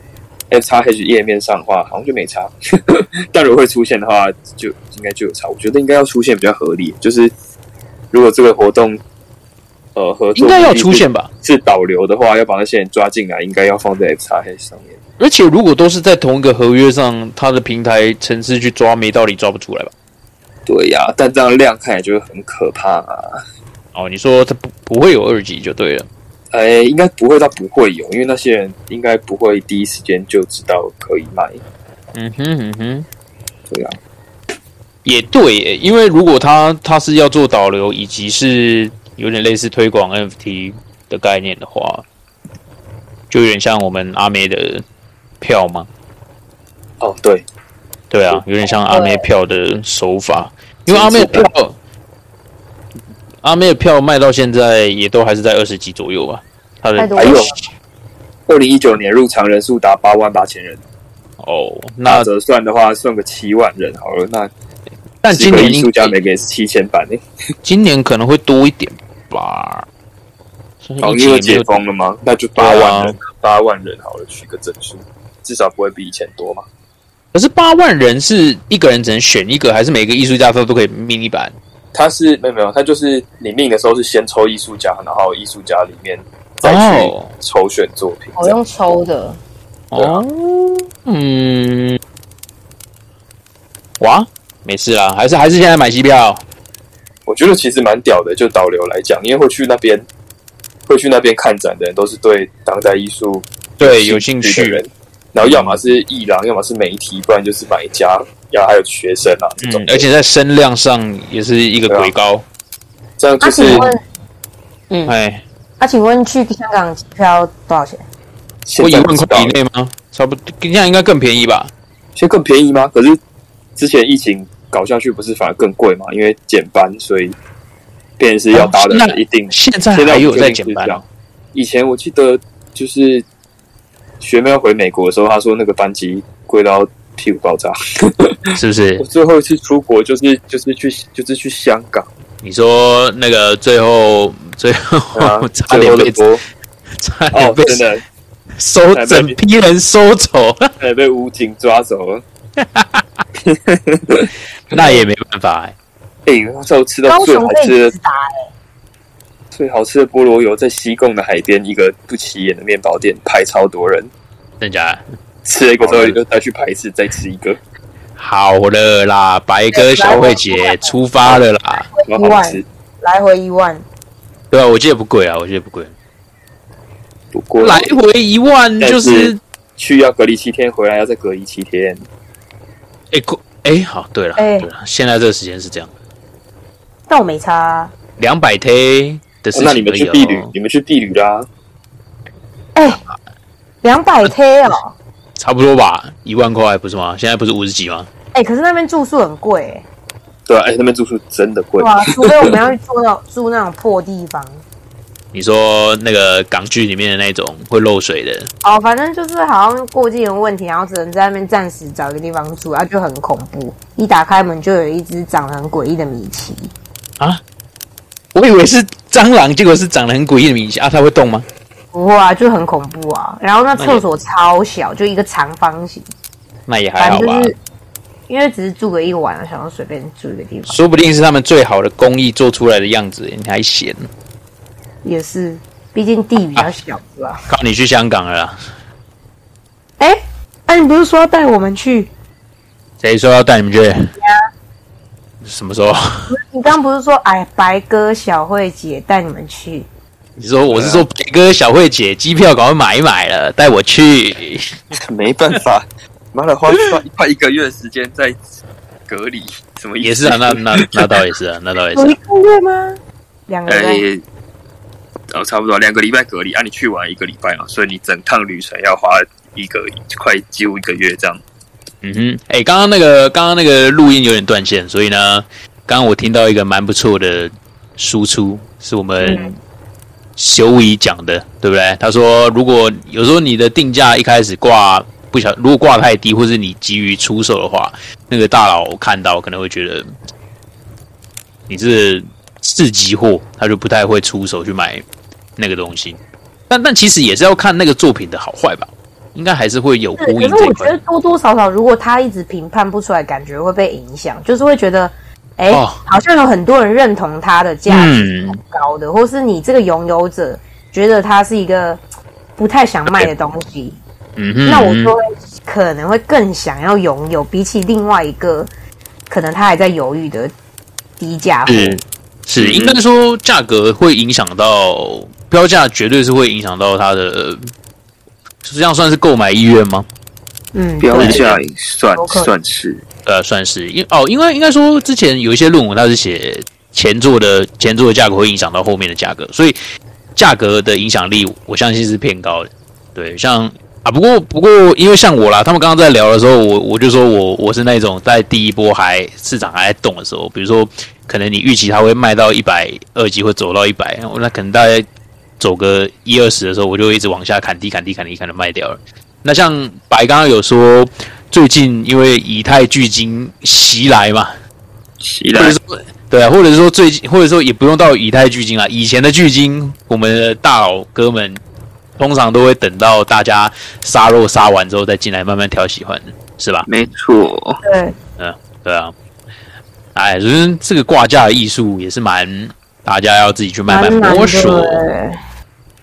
F 叉 H 页面上的话，好像就没差。但如果会出现的话，就应该就有差。我觉得应该要出现比较合理，就是如果这个活动。呃，合作应该要出现吧？是导流的话，要把那些人抓进来，应该要放在 X 叉 H 上面。而且如果都是在同一个合约上，他的平台层次去抓，没道理抓不出来吧？对呀、但这样量看起来就会很可怕啊！哦，你说他不不会有二级就对了。哎，应该不会到不会有，因为那些人应该不会第一时间就知道可以卖。嗯哼嗯哼，对呀、也对耶，因为如果他他是要做导流，以及是有点类似推广 NFT 的概念的话，就有点像我们阿妹的票嘛。哦，对，对啊，有点像阿妹票的手法，因为阿妹的票，阿妹的票卖到现在也都还是在二十几左右吧。它的哎太多还有了，二零一九年入场人数达八万八千人，哦，打那折算的话，算个七万人好了。那但十今个年艺术应家每个也是七千版诶、今年可能会多一点吧。哦，疫因情也为没解有封了吗？那就八万啊人，八、万人好了，取个整数，至少不会比以前多嘛。可是八万人是一个人只能选一个，还是每个艺术家都都可以命一版？他是没有没有，他就是你命的时候是先抽艺术家，然后艺术家里面再去哦抽选作品。我这样哦用抽的，对啊哦，嗯，哇，没事啦，还是还是现在买机票。我觉得其实蛮屌的，就导流来讲，因为会去那边会去那边看展的人，都是对当代艺术对，有兴的趣人。，然后要么是艺廊，要么是媒体，不然就是买家，然后还有学生啊这种嗯，的。而且在声量上也是一个对啊鬼高。这样就啊，是请问，嗯，哎，啊，请问去香港机票多少钱？现我一在万不知道块以内吗？差不多，这样应该更便宜吧？现在更便宜吗？可是之前疫情搞下去，不是反而更贵吗？因为减班，所以便是要搭的哦那人一定现在现在还我有确在定减是班这哦样。以前我记得就是学妹要回美国的时候，她说那个班机贵到屁股爆炸。是不是我？最后一次出国就是就是去就是去香港，你说那个最后最 啊后，差最点后被的波差点哦，被真的收才被整批人收走，差点被武警抓走了。 那也没办法、欸。哎、那时候吃到高最雄好可以吃直的达最好吃的菠萝油，在西贡的海边一个不起眼的面包店，排超多人，真假的？吃了一个之后又再去排一次，再吃一个，好了啦，白鸽小慧姐出发了啦。蛮好吃。来回一万，对啊，我记得不贵啊，我记得不贵，不过来回一万但是就是去要隔离七天，回来要再隔离七天。哎过哎好，对了哎对了，现在这个时间是这样，但我没差啊。两百 T 的事哦情那而你已们去哦避旅，你们去避旅啦。哎，两啊百 K 哦，差不多吧，一万块不是吗？现在不是五十几吗？哎，可是那边住宿很贵，哎对啊，哎、那边住宿真的贵对。啊，除非我们要去住那种住那种破地方。你说那个港剧里面的那种会漏水的，哦，反正就是好像过境的问题，然后只能在那边暂时找一个地方住，啊，就很恐怖。一打开门就有一只长得很诡异的米奇，我以为是蟑螂，结果是长得很诡异的明星啊，它会动吗？不会啊，就很恐怖啊。然后那那也厕所超小，就一个长方形，那也还反好正吧就，是因为只是住个一晚，想要随便住一个地方说不定是他们最好的工艺做出来的样子，你还嫌？也是，毕竟地比较小，是吧？靠，你去香港了啦？哎，哎、你不是说要带我们去？谁说要带你们去？什么时候？你刚不是说哎，白哥小慧姐带你们去？你说我是说北哥小慧姐机票赶快买一买了，带我去。没办法，妈的，花花花一个月的时间在隔离，什么意思也是啊，那那那倒也是啊，那倒也是有啊、一个月吗？两个呃，哎月。也哦，差不多两个礼拜隔离啊，你去玩一个礼拜嘛，所以你整趟旅程要花一个快几乎一个月这样。嗯哼，哎、刚刚那个刚刚那个录音有点断线，所以呢，刚刚我听到一个蛮不错的输出，是我们嗯修仪讲的，对不对？他说，如果有时候你的定价一开始挂不小，如果挂太低，或是你急于出售的话，那个大佬看到可能会觉得嗯你是市级货，他就不太会出手去买那个东西。但但其实也是要看那个作品的好坏吧，应该还是会有呼可应这是一我觉得块。多多少少，如果他一直评判不出来，感觉会被影响，就是会觉得，哎、哦好像有很多人认同他的价值嗯很高的，或是你这个拥有者觉得他是一个不太想卖的东西，嗯哼，那我就会可能会更想要拥有，比起另外一个可能他还在犹豫的低价货。是是，嗯应该说价格会影响到标价，绝对是会影响到它的，这样算是购买意愿吗？嗯，标对价算有可能算是呃，算是，因哦，因为应该说之前有一些论文它是写前作的前作的价格会影响到后面的价格，所以价格的影响力我相信是偏高的。对，像啊，不过不过因为像我啦，他们刚刚在聊的时候，我我就说我我是那种在第一波还市场还在动的时候，比如说可能你预期它会卖到一百二级，会走到一百，那可能大概走个一二十的时候，我就会一直往下砍低砍低砍低砍的卖掉了。那像白刚刚有说，最近因为以太巨鲸袭来嘛，起或来者说对啊，或者是说最近，或者说也不用到以太巨鲸啊，以前的巨鲸，我们的大佬哥们通常都会等到大家杀肉杀完之后再进来慢慢挑喜欢的，是吧？没错，对，对啊，哎，就是这个挂架的艺术也是蛮大家要自己去慢慢蛮难摸的。索，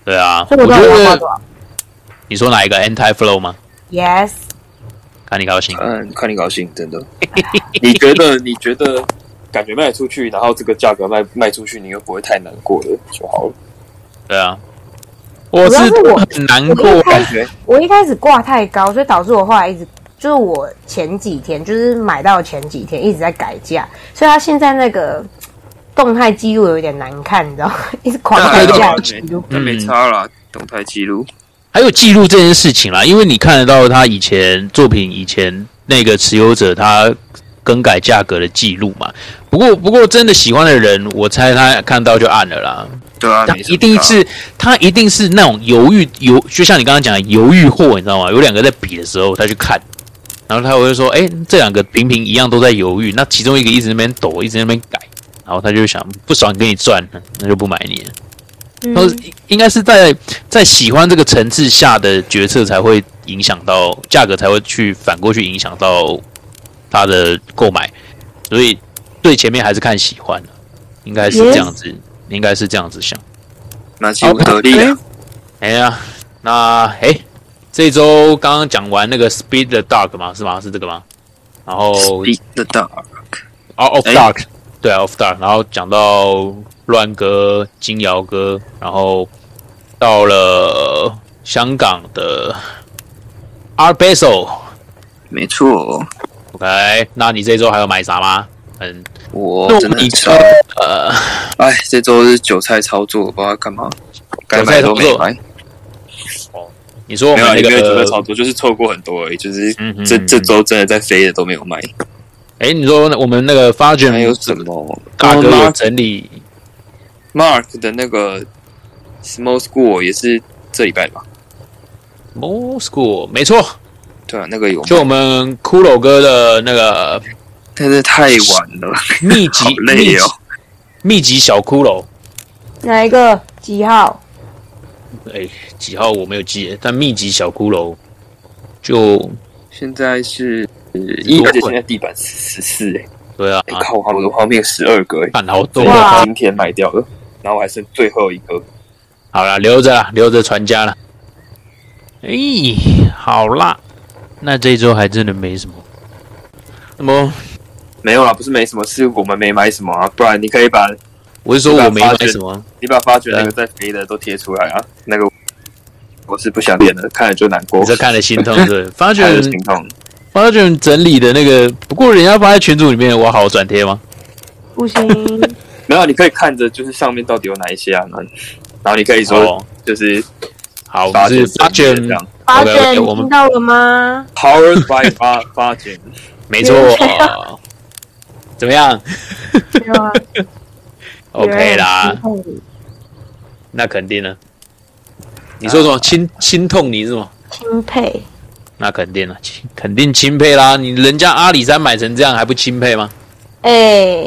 对啊。这我个觉到底要花得多少你说哪一个 anti flow 吗？ ？Yes，看你高兴。嗯，看你高兴，真 的。你觉得你觉得感觉卖出去，然后这个价格卖卖出去，你又不会太难过的就好了。对啊，我主要是是我很难我过一开哎啊。始我一开始挂太高，所以导致我后来一直就是我前几天就是买到前几天一直在改价，所以它现在那个动态记录有一点难看，你知道吗？一直狂改 价记嗯录。那没差啦，动态记录。还有记录这件事情啦，因为你看得到他以前作品以前那个持有者他更改价格的记录嘛。不过不过真的喜欢的人，我猜他看到就按了啦。对啊，他没什么一定差是他一定是那种犹豫犹，就像你刚刚讲的犹豫货，你知道吗？有两个在比的时候，他去看，然后他会说：“哎、这两个平平一样都在犹豫，那其中一个一直在那边抖，一直在那边改。”然后他就想不爽跟你赚，那就不买你了。嗯都是呃应该是在在喜欢这个层次下的决策才会影响到价格，才会去反过去影响到他的购买。所以最前面还是看喜欢的，应该是这样子，应该是这样子想。拿起我得力啊，哎呀，那哎，这一周刚刚讲完那个 Speed the Dark 嘛，是吗？是这个吗？然后 Speak the dog。哦 Off 哎 Dark，对 Off Dark，然后讲到乱歌、金摇歌，然后到了香港的 R Basel，OK，、没错，那你这周还有买啥吗？嗯，我那真的你很这差。呃，哎，这周是韭菜操作，我不知道干嘛，该买都没买。你说我没们有啊，那也没有准备个炒作，就是错过很多而已。就是嗯嗯这嗯这周真的在飞的都没有卖，哎，你说我们那个 f a r g e 还 n 有什么？大哥有 Mark 整理 Mark 的那个 Small School 也是这礼拜吧？ Mo School，没错，对啊，那个有卖，就我们骷髅哥的那个但是太晚了， 秘好籍累哦。秘籍小骷髅，哪一个几号？哎，几号我没有记，但秘籍小骷髅就现在是呃一一而且现在地板十四哎，对啊，哎靠，我好我后面十二个哎，看好多对啊，哇今天买掉了，然后我还剩最后一个，好啦，留着啊啦，留着传家啦。哎，好啦，那这一周还真的没什么。那么没有啦，不是没什么，是我们没买什么啊，不然你可以把我是说我没买什么，你把发觉那个在飞的都贴出来啊，那个我是不想练的，看了就难过你，是看了心痛对， 发看觉了就心痛。发觉整理的那个，不过人家发在群组里面，我好转贴吗？不 行，没有，你可以看着就是上面到底有哪一些啊，然后然后你可以说哦，就是好，发我觉是发觉这样八 OK，OK，卷我们听到了吗？ ，powered by 发发觉。没错，哦 怎么样没有 啊？OK 啦，有人那肯定了。你说什么？心心痛你是吗？钦佩钦佩，那肯定了，钦肯定钦佩啦！你人家阿里山买成这样还不钦佩吗？哎、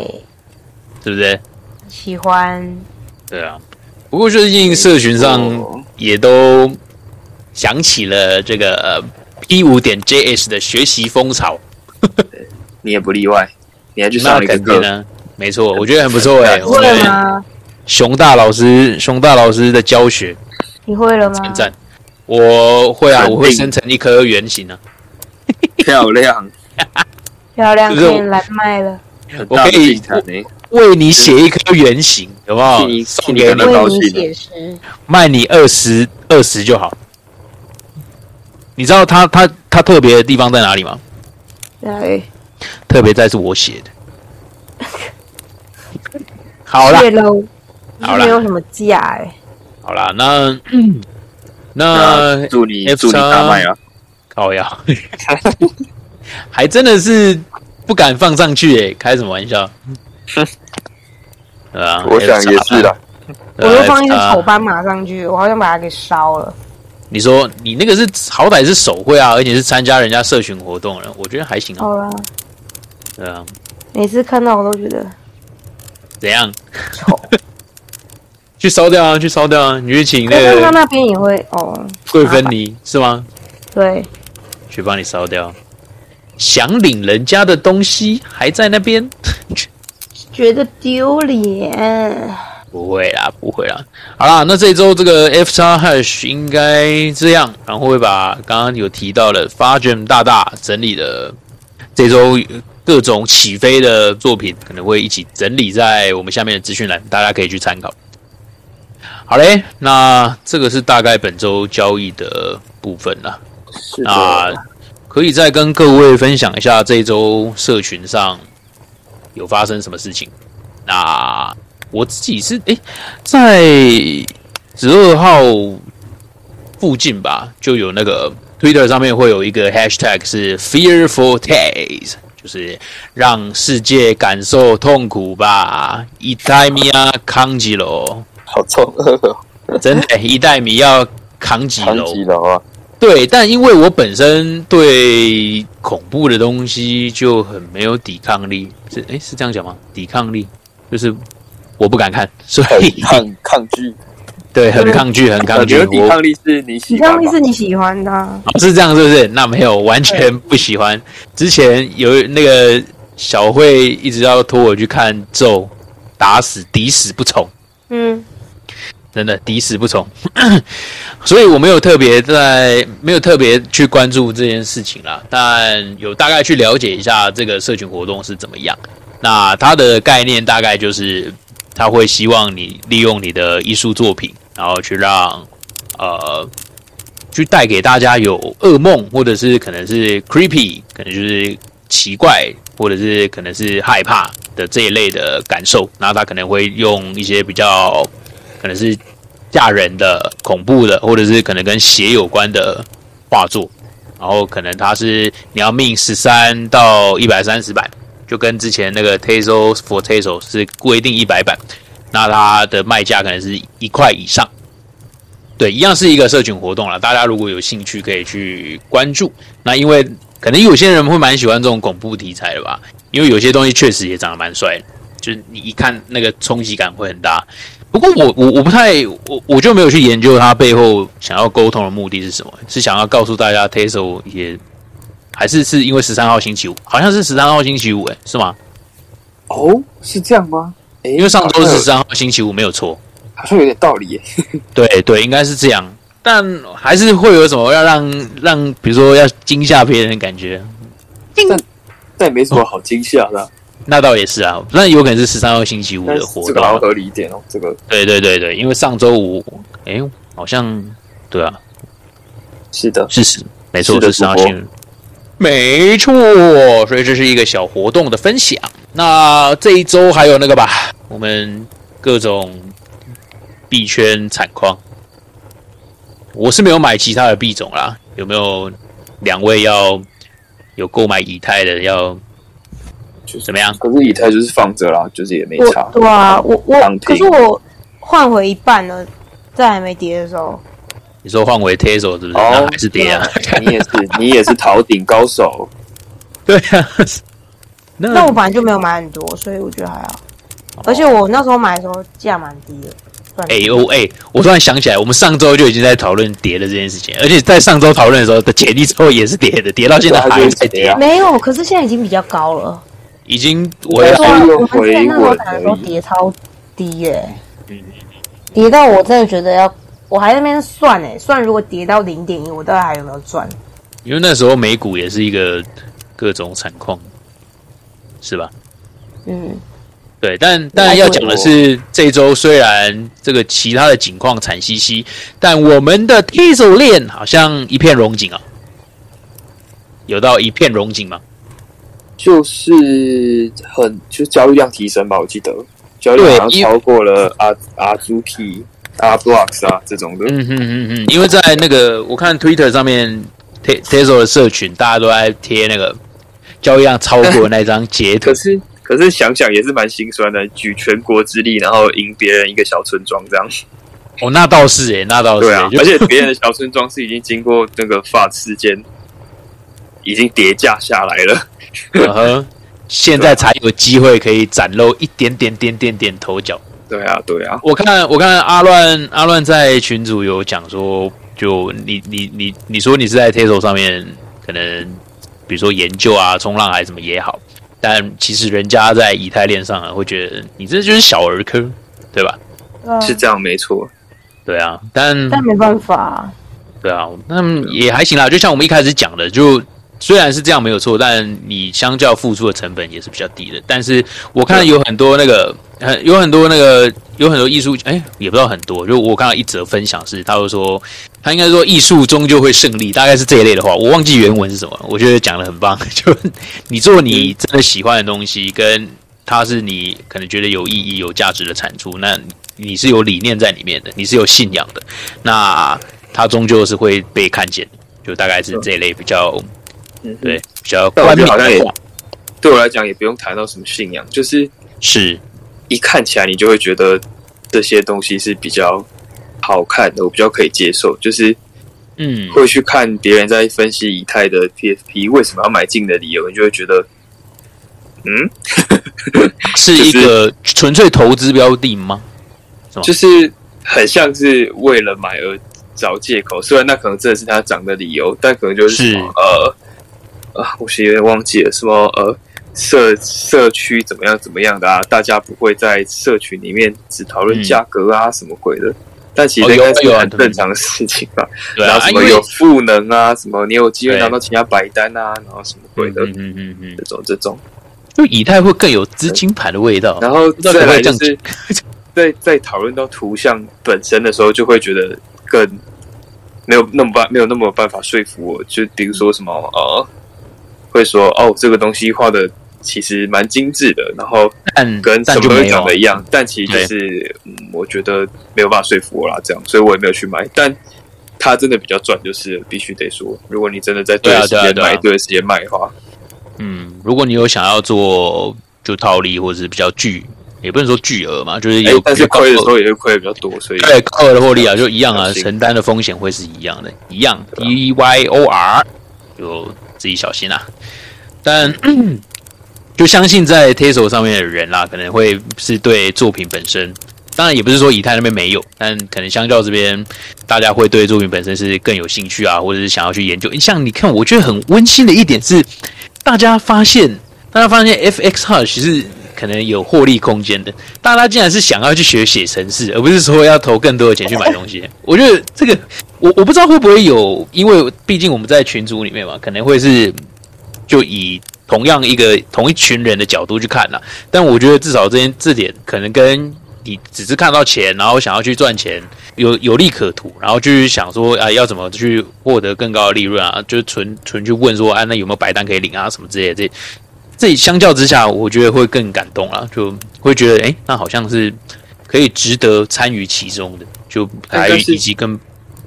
是不是？喜欢对啊。不过最近社群上哦也都响起了这个呃 P 五点 JS 的学习风潮，你也不例外，你还去上那了一个肯定啊课，呢。没错，我觉得很不错哎、我觉会得了吗？熊大老师，熊大老师的教学你会了吗？很赞。我会啊，肯定我会生成一颗圆形啊， 漂亮，漂亮这可种以来卖了，很我大的可以地毯欸诶，为你写一颗圆形，有没替你有？替送你给感你到，为高你兴写诗。卖你二十二十就好。你知道他他他特别的地方在哪里吗？对，特别在是我写 的。好啦谢喽，好啦没有什么价哎、好啦， 那那那祝你呃 F 祝你大卖啊！靠 呀，还真的是不敢放上去诶、开什么玩 笑？对啊，我想也是啦，对啊。我又放一只 F 叉丑斑马上去，我好想把它给烧了。你说你那个是好歹是手绘啊，而且是参加人家社群活动了，我觉得还行啊。好啦，对啊，每次看到我都觉得怎样？丑， 去烧掉啊，去烧掉啊！你去请可那是个他那边也会哦，桂芬妮是吗？对，去帮你烧掉。想领人家的东西还在那边？觉得丢脸。不会啦，不会啦。好啦，那这周这个 F 叉 Hash 应该这样，然后会把刚刚有提到的 f a g e m 大大整理的这周各种起飞的作品，可能会一起整理在我们下面的资讯栏，大家可以去参考。好嘞，那这个是大概本周交易的部分啦。是那可以再跟各位分享一下这一周社群上有发生什么事情。那我自己是诶、在十二号附近吧，就有那个 Twitter 上面会有一个 Hashtag 是 Fearful Days，就是让世界感受痛苦吧。伊代米亚康吉楼，好臭， 真的伊代米要扛几唐楼？吉楼啊，对，但因为我本身对恐怖的东西就很没有抵抗力，是诶，是这样讲吗？抵抗力就是我不敢看，所很以 抗抗拒，对很抗拒，很抗哦我拒。觉得抵我抗力是你抵喜欢啊抗吧力是你喜欢的啊、啊是这样，是不是？那没有，完全不喜欢。之前有那个小慧一直要拖我去看咒，打死抵死不从。嗯，真的抵死不从， 所以我没有特别在没有特别去关注这件事情啦，但有大概去了解一下这个社群活动是怎么样。那它的概念大概就是，他会希望你利用你的艺术作品，然后去让呃，去带给大家有噩梦，或者是可能是 creepy，可能就是奇怪，或者是可能是害怕的这一类的感受。然后他可能会用一些比较可能是吓人的、恐怖的，或者是可能跟血有关的画作。然后可能它是你要命十三到一百三十版，就跟之前那个 Tazo for Tazo 是规定一百版，那它的卖价可能是一块以上。对，一样是一个社群活动啦，大家如果有兴趣可以去关注。那因为可能有些人会蛮喜欢这种恐怖题材的吧，因为有些东西确实也长得蛮帅的，就是你一看那个冲击感会很大。不过我我我不太我我就没有去研究它背后想要沟通的目的是什么，是想要告诉大家 Tesla 也还是是因为十三号星期五，好像是十三号星期五、欸，是吗？哦，是这样吗？因因为上周是十三号星期五，没有错。好像有点道理耶， 对对，应该是这样，但还是会有什么要让让，比如说要惊吓别人的感觉，但也没什么好惊吓 的啊，那倒也是啊。那有可能是十三号星期五但的是活这动个好像啊。合理一点哦，这个对对对对，因为上周五，哎、好像对啊，是的，是是，没错，是的是十号主播新闻，没错。所以这是一个小活动的分享。那这一周还有那个吧，我们各种币圈惨况。我是没有买其他的币种啦，有没有两位要有购买以太的要就是怎么样？可是以太就是放着啦，就是也没差我。对啊，我我当可听是我换回一半了，在还没跌的时候，你说换回 Tesla 是不是？哦那还是跌 啊？你也是你也是逃顶高手，对啊。那那我本来就没有买很多，所以我觉得还好。而且我那时候买的时候价蛮低的，算哎、我哎、我突然想起来，我们上周就已经在讨论跌的这件事情，而且在上周讨论的时候的解力之后也是跌的，跌到现在对啊还在就是跌跌啊，没有，可是现在已经比较高了。已经回对对啊来啊我们之前那时候回稳打而已的时候跌超低耶、嗯跌到我真的觉得要，我还在那边算哎、算如果跌到零点一，我到底还有没有赚？因为那时候美股也是一个各种惨况，是吧？嗯，对，但但要讲的是，这周虽然这个其他的景况惨兮兮，但我们的 T 手链好像一片荣景啊，有到一片荣景吗？就是很就交易量提升吧，我记得交易量好像对因为超过了 R R Zuki、R Blocks 啊这种的。嗯哼哼哼，因为在那个我看 Twitter 上面 T Tesla 的社群，大家都在贴那个交易量超过那张截图 可，是可是想想也是蛮心酸的，举全国之力，然后赢别人一个小村庄这样。哦，那倒是诶、那倒是、对欸，啊，就而且别人的小村庄是已经经过那个发事件，已经叠价下来了。嗯哼，现在才有机会可以展露一点点点点点头角。对啊，对啊，我看我看阿乱阿乱在群组有讲说，就你你你你说你是在 Tesla 上面可能比如说研究啊冲浪还是什么也好，但其实人家在以太链上啊会觉得你这就是小儿科，对吧？呃嗯是这样没错。对啊，但但没办法啊、对啊，那也还行啦。就像我们一开始讲的，就虽然是这样没有错，但你相较付出的成本也是比较低的。但是我看有很多那个，呃有很多那个，有很多艺术，哎、也不知道很多。就我看到一则分享是，他就说他应该说艺术终究会胜利，大概是这一类的话。我忘记原文是什么，我觉得讲的很棒。 就你做你真的喜欢的东西，跟它是你可能觉得有意义、有价值的产出，那你是有理念在里面的，你是有信仰的，那它终究是会被看见的。就大概是这一类比较嗯，对，比较但我冠觉冕得好像也的话对我来讲也不用谈到什么信仰，就是是一看起来你就会觉得这些东西是比较好看的，我比较可以接受，就是嗯，会去看别人在分析以太的 PFP 为什么要买进的理由，你就会觉得，哦嗯，是一个纯粹投资标的吗？就是很像是为了买而找借口。虽然那可能真的是他涨的理由，但可能就是什么呃啊，我是有点忘记了什么呃社社区怎么样怎么样的啊，大家不会在社群里面只讨论嗯价格啊、什么鬼的。但其哦实有应该是有啊很对正常的事情吧。对然啊后，什因么为有赋能啊，什么你有机会对拿到其他白单啊，然后什么鬼嗯的嗯嗯嗯嗯这，种这种。就以太会更有资金盘的味道。然后知道可哦再不可来以这就样是 在在讨论到图像本身的时候，就会觉得更没有那么办没有那么办法说服我。就比如说什么呃，会说哦，这个东西画的其实蛮精致的，然后但跟但什么就东没西有嗯长得一样，但其实就是嗯，我觉得没有办法说服我啦，这样，所以我也没有去买。但它真的比较赚，就是必须得说，如果你真的在对对啊的时对啊间对啊买、对的时间卖的话，嗯，如果你有想要做就套利或者是比较巨，也不能说巨额嘛，就是有、哎但是有高亏的时候也会亏的比较多，所以对高额的获利啊，就一样啊，小心承担的风险会是一样的，一样啊 D Y O R，就自己小心啊。但 就相信在 Tesla 上面的人啦、可能会是对作品本身，当然也不是说以太那边没有，但可能相较这边，大家会对作品本身是更有兴趣啊，或者是想要去研究。像你看，我觉得很温馨的一点是，大家发现，大家发现 FX Hush 是可能有获利空间的，大家竟然是想要去学写程式，而不是说要投更多的钱去买东西。我觉得这个，我我不知道会不会有，因为毕竟我们在群组里面嘛，可能会是就以同样一个同一群人的角度去看啦。但我觉得至少这件这点可能跟你只是看到钱，然后想要去赚钱，有有利可图，然后去想说啊要怎么去获得更高的利润啊，就是纯纯去问说啊那有没有白单可以领啊什么之类的这。这相较之下，我觉得会更感动啦，就会觉得哎，那好像是可以值得参与其中的，就还哎但是以及跟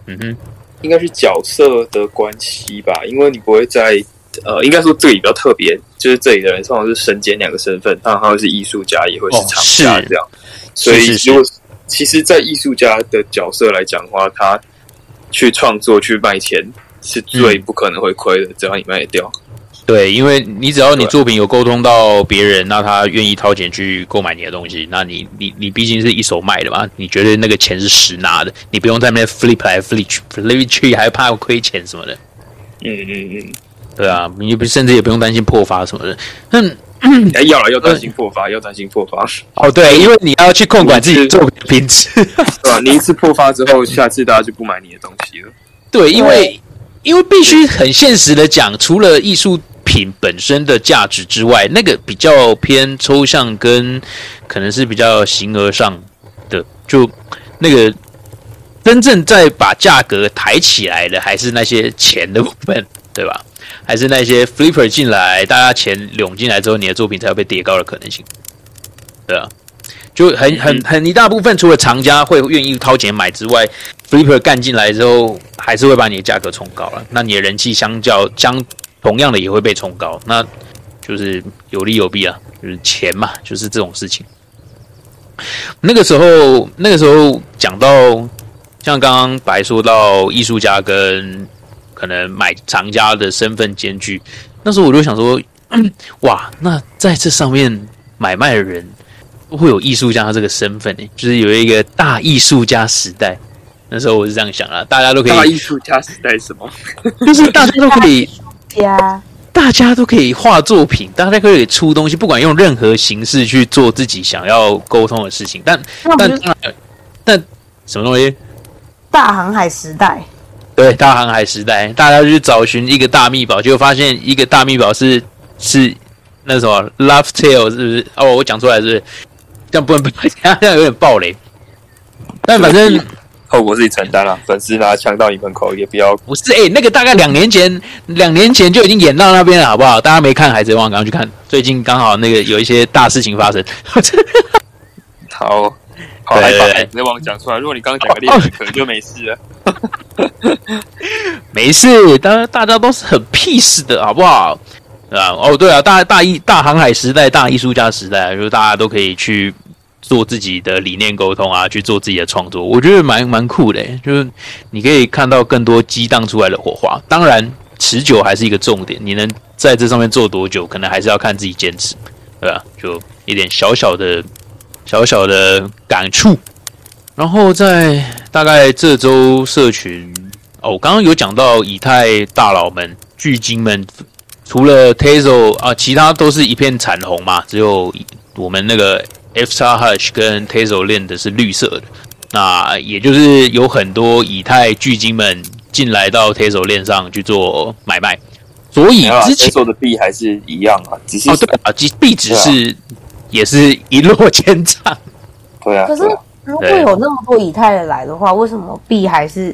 嗯哼应该是角色的关系吧，因为你不会在呃，应该说这里比较特别，就是这里的人通常是身兼两个身份，他他会是艺术家，也会是厂家哦是这样。所以是是如果其实，在艺术家的角色来讲的话，他去创作去卖钱是最不可能会亏的，只要你卖得掉。对，因为你只要你作品有沟通到别人，那他愿意掏钱去购买你的东西，那你你你毕竟是一手卖的嘛，你觉得那个钱是实拿的，你不用在那边 flip 来 flip 去 flip 去，还怕亏钱什么的。嗯嗯嗯，对啊，你不甚至也不用担心破发什么的。那哎，要了要担心破发，要担心破发，哦，对，因为你要去控管自己作品的品质。对吧、你一次破发之 后，下次大家就不买你的东西了。对，因为因为必须很现实的讲，除了艺术品本身的价值之外，那个比较偏抽象跟可能是比较形而上的，就那个真正在把价格抬起来的，还是那些钱的部分，对吧？ 还是那些 flipper 进来，大家钱涌进来之后，你的作品才会被叠高的可能性，对啊。就很很很一大部分，除了藏家会愿意掏钱买之外，Flipper 干进来之后，还是会把你的价格冲高了。那你的人气相较相同样的也会被冲高，那就是有利有弊啊，就是钱嘛，就是这种事情。那个时候，那个时候讲到，像刚刚白说到艺术家跟可能买藏家的身份兼具，那时候我就想说， 嗯哇，那在这上面买卖的人。会有艺术家这个身份呢、欸就是有一个大艺术家时代。那时候我是这样想啦，啊大家都可大以，艺术家时代是什么？就是大家都可以，家大家都可以画作品，大家可以出东西，不管用任何形式去做自己想要沟通的事情。但那不但就是当然，但什么东西？大航海时代，对，大航海时代，大家就去找寻一个大秘宝，结果发现一个大秘宝是是那什么 Love Tale 是不是？哦，我讲出来是不是？这样不能， 这样有点暴雷。但反正后果自己承担了、粉丝拿枪到你门口也不要。不是哎、那个大概两年前，两年前就已经演到那边了，好不好？大家没看《海贼王》，赶快去看。最近刚好那个有一些大事情发生。 好，好对害对怕对海贼王讲出来。如果你刚刚讲个哦猎可能就没事了。没事，当然大家都是很 peace 的，好不好？啊，哦，对啊，大大艺大航海时代、大艺术家时代，就是大家都可以去做自己的理念沟通啊，去做自己的创作，我觉得蛮蛮酷的，欸就是你可以看到更多激荡出来的火花。当然，持久还是一个重点，你能在这上面做多久，可能还是要看自己坚持，对吧、就一点小小的、小小的感触。然后在大概这周社群哦，我刚刚有讲到以太大佬们、巨鲸们，除了 Tazo 啊，其他都是一片惨红嘛，只有我们那个 F 叉 Hush 跟 Tazo 练的是绿色的。那也就是有很多以太巨鲸们进来到 Tazo 链上去做买卖，所以没有啊，之接前受的币还是一样啊，只是哦对啊，即币只是、也是一落千丈。对啊，可是对啊如果有那么多以太的来的话，为什么币还是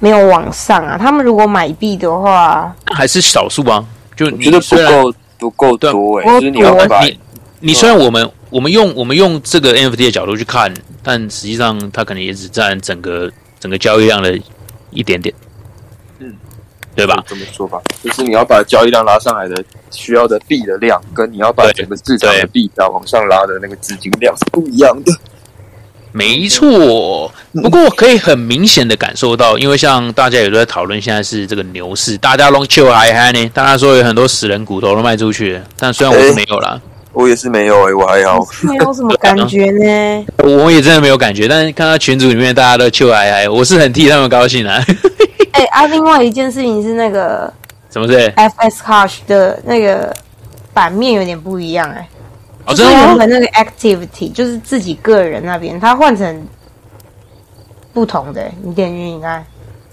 没有往上啊？他们如果买币的话， 还是少数啊。就我你觉得不虽然够不够多哎、对就啊是你要不够把你你虽然我们我们用我们用这个 NFT 的角度去看，但实际上它可能也只占整个整个交易量的一点点，嗯，对吧？这么说吧，就是你要把交易量拉上来的需要的币的量，跟你要把对整个市场对的币价往上拉的那个资金量是不一样的。没错，不过可以很明显的感受到，因为像大家也都在讨论，现在是这个牛市，大家 long chill 还嗨呢，大家说有很多死人骨头都卖出去了，但虽然我是哎没有啦，我也是没有哎、我还哦好。没有什么感觉 呢。我也真的没有感觉，但是看到群组里面大家都 chill 嗨嗨，我是很替他们高兴啊， 哎、啊，另外一件事情是那个什么事？ FS Hush 的那个版面有点不一样哎、哦，就真是的吗原？本那个 activity 就是自己个人那边，它换成不同的、你点进去你看，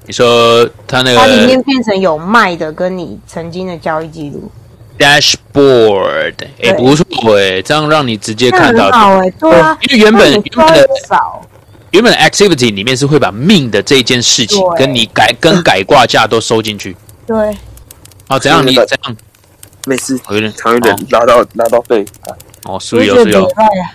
你说他那它里个面变成有卖的跟你曾经的交易记录， dashboard，哎、对不错哎、这样让你直接那看到很。好哎、对啊，因为原本那你赚原本的多少？原本的 activity 里面是会把命的这件事情对跟你改跟改挂架都收进去。对，啊，怎样？是你的怎样？每次我有点常有点拉到拉到背，啊哦，输我油觉输得油礼，拜啊，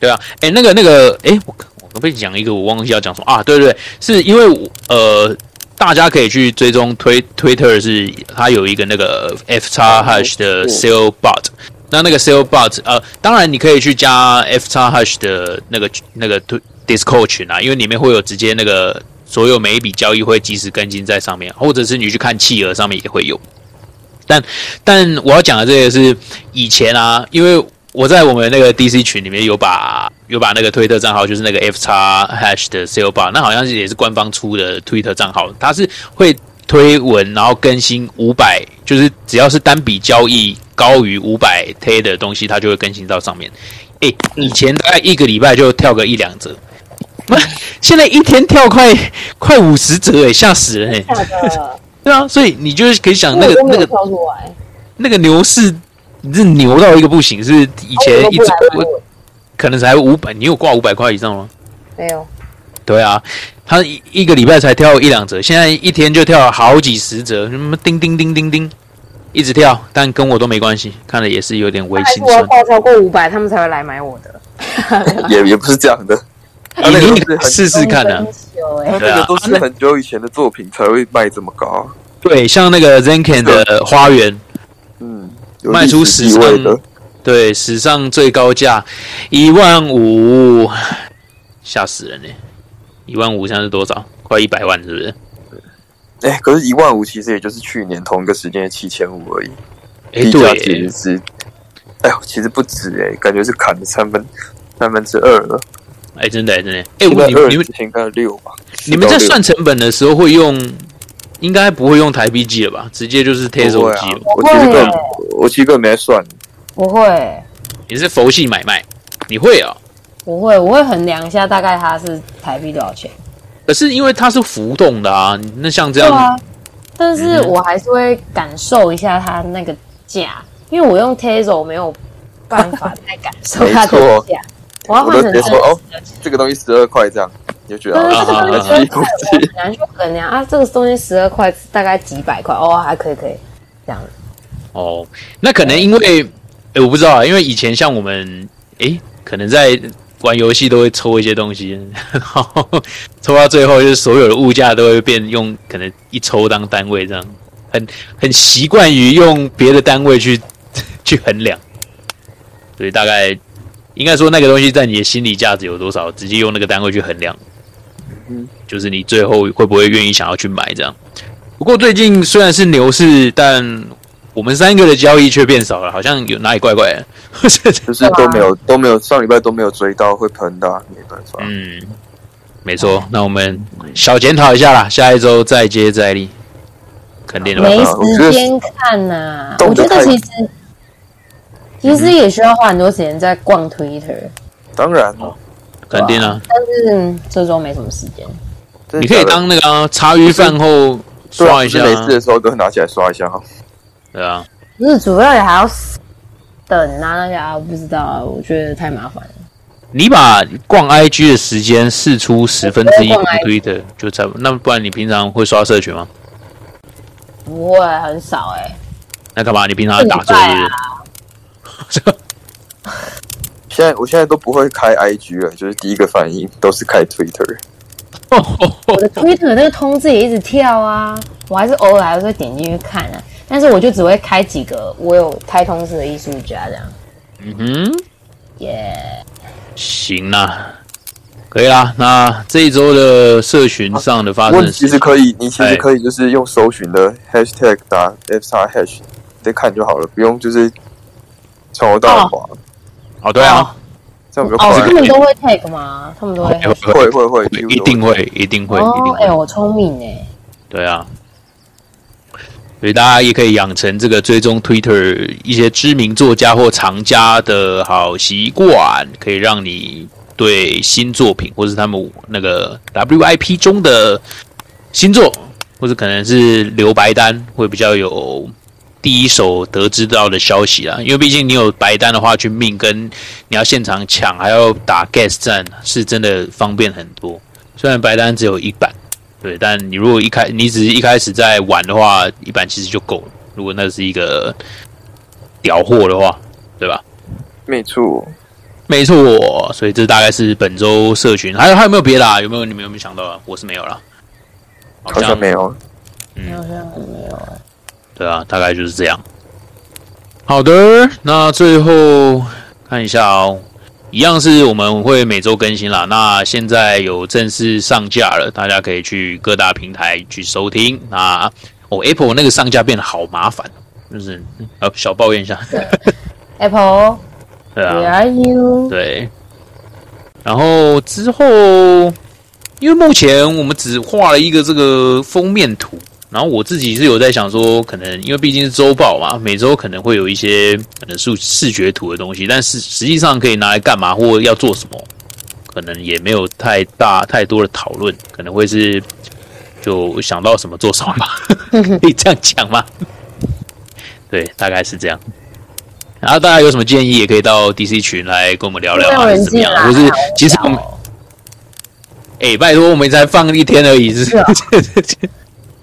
对啊。哎、那个那个，哎、我我刚被讲一个，我忘记要讲什么啊？对对对，是因为我呃，大家可以去追踪推 Twitter，是它有一个那个 F 叉 hash 的 sale bot。那那个 sale bot，呃，当然你可以去加 F 叉 hash 的那个那个 Discord 群啊，因为里面会有直接那个所有每一笔交易会及时更新在上面，或者是你去看企鹅上面也会有。但但我要讲的这个是以前啊，因为我在我们那个 DC 群里面有把有把那个推特账号，就是那个 F 叉 Hash 的 Sale Bar，那好像是也是官方出的推特账号，它是会推文然后更新五百，就是只要是单笔交易高于五百 T 的东西，它就会更新到上面。诶、欸，以前大概一个礼拜就跳个一两折。 不，现在一天跳快快五十折哎，吓死人哎！对啊，所以你就是可以想那个那个跳出来，那个牛市，你是牛到一个不行，是以前一周、哦、可能才五百，你有挂五百块以上吗？没有。对啊，他一一个礼拜才跳一两折，现在一天就跳好几十折，什么叮叮叮叮叮，一直跳，但跟我都没关系，看了也是有点微心我要挂超过五百，他们才会来买我的。也也不是这样的。啊、你你试试看啊！他那个都是很久以前的作品才会卖这么高、啊。对，像那个 Zenken 的花园，嗯，卖出史上的，对史上最高价一万五，吓死人呢、欸！一万五现在是多少？快一百万是不是？哎、欸，可是，一万五其实也就是去年同一个时间的七千五而已。哎、欸，对，其实是，哎呦，其实不止哎，感觉是砍了三分三分之二了。哎、欸，真的、欸，真的、欸，哎，我你们你们应该六吧？你们在算成本的时候会用，应该不会用台币计了吧？直接就是贴手机、啊。我其实个我其实个没算。我会。你是佛系买卖？你会啊、哦？我会，我会衡量一下大概它是台币多少钱。可是因为它是浮动的啊，那像这样。啊。但嗯是我还是会感受一下它那个价，因为我用 Tesla 没有办法太感受它的价。我要换成说哦，这个东西十二块这样，你就觉得啊，这个很难去衡量啊。这个东西十二块，大概几百块哦，还可以可以这样。哦，那可能因为哎，我不知道啊，因为以前像我们哎，可能在玩游戏都会抽一些东西， 然后抽到最后就是所有的物价都会变用，可能一抽当单位这样，很很习惯于用别的单位去 去衡量，所以大概。应该说，那个东西在你的心理价值有多少，直接用那个单位去衡量，嗯、就是你最后会不会愿意想要去买这样。不过最近虽然是牛市，但我们三个的交易却变少了，好像有哪里怪怪 的，就是都没有都没有上礼拜都没有追到会喷的、啊，没办法。嗯，没错。哦那我们小检讨一下啦，下一周再接再厉，肯定的吧。没时间看呐、啊，我觉得其实。嗯其实也需要花很多时间在逛 Twitter，当然了，肯定啊。但是这周没什么时间，你可以当那个、啊、茶余饭后刷一下、啊，每次的时候都拿起来刷一下哈。对啊，不是主要也还要等啊，那个啊，我不知道、啊，我觉得太麻烦了。你把逛 IG 的时间试出十分之一用 Twitter，就差不那不然你平常会刷社群吗？不会，很少哎、欸。那干嘛？你平常啊啊打坐日？ 现在我现在都不会开 IG 了，就是第一个反应都是开 Twitter。嗯我的 Twitter 那个通知也一直跳啊，我还是偶尔还是会点进去看啊，但是我就只会开几个我有开通知的艺术家这样。嗯哼，耶，行啦，可以啦。那这一周的社群上的发生、啊，其实可以，你其实可以就是用搜寻的 Hashtag 打 F 叉 Hash 再看就好了，不用就是。从头到尾，哦，对啊，这样比较快。哦他们都会 take 吗？他们都会会会会，一定会一定哦会一定会。哎，我聪明哎。对啊，所以大家也可以养成这个追踪 Twitter 一些知名作家或藏家的好习惯，可以让你对新作品或是他们那个 WIP 中的新作，或者可能是留白单，会比较有。第一手得知到的消息啦，因为毕竟你有白单的话去命，跟你要现场抢，还要打 gas 战，是真的方便很多。虽然白单只有一版，对，但你如果一开你只是一开始在玩的话，一版其实就够了。如果那是一个屌货的话，对吧？没错，没错。所以这大概是本周社群，还有还有没有别的？啊？有没有你们有没有想到啊？我是没有了，好像没有，嗯，好像没有了。对啊，大概就是这样。好的，那最后看一下哦，一样是我们会每周更新啦。那现在有正式上架了，大家可以去各大平台去收听。那哦，Apple 那个上架变得好麻烦，就是呃小抱怨一下， Apple，对 Where 啊， are you？对。然后之后，因为目前我们只画了一个这个封面图，然后我自己是有在想说，可能因为毕竟是周报嘛，每周可能会有一些可能是视觉图的东西，但是实际上可以拿来干嘛或要做什么，可能也没有太大太多的讨论，可能会是就想到什么做什么 吧，可以这样讲吗？对，大概是这样。然后大家有什么建议，也可以到 DC 群来跟我们聊聊没有啊，还人是怎么样啊，进或来是好其实我们。哎、拜托，我们才放一天而已，是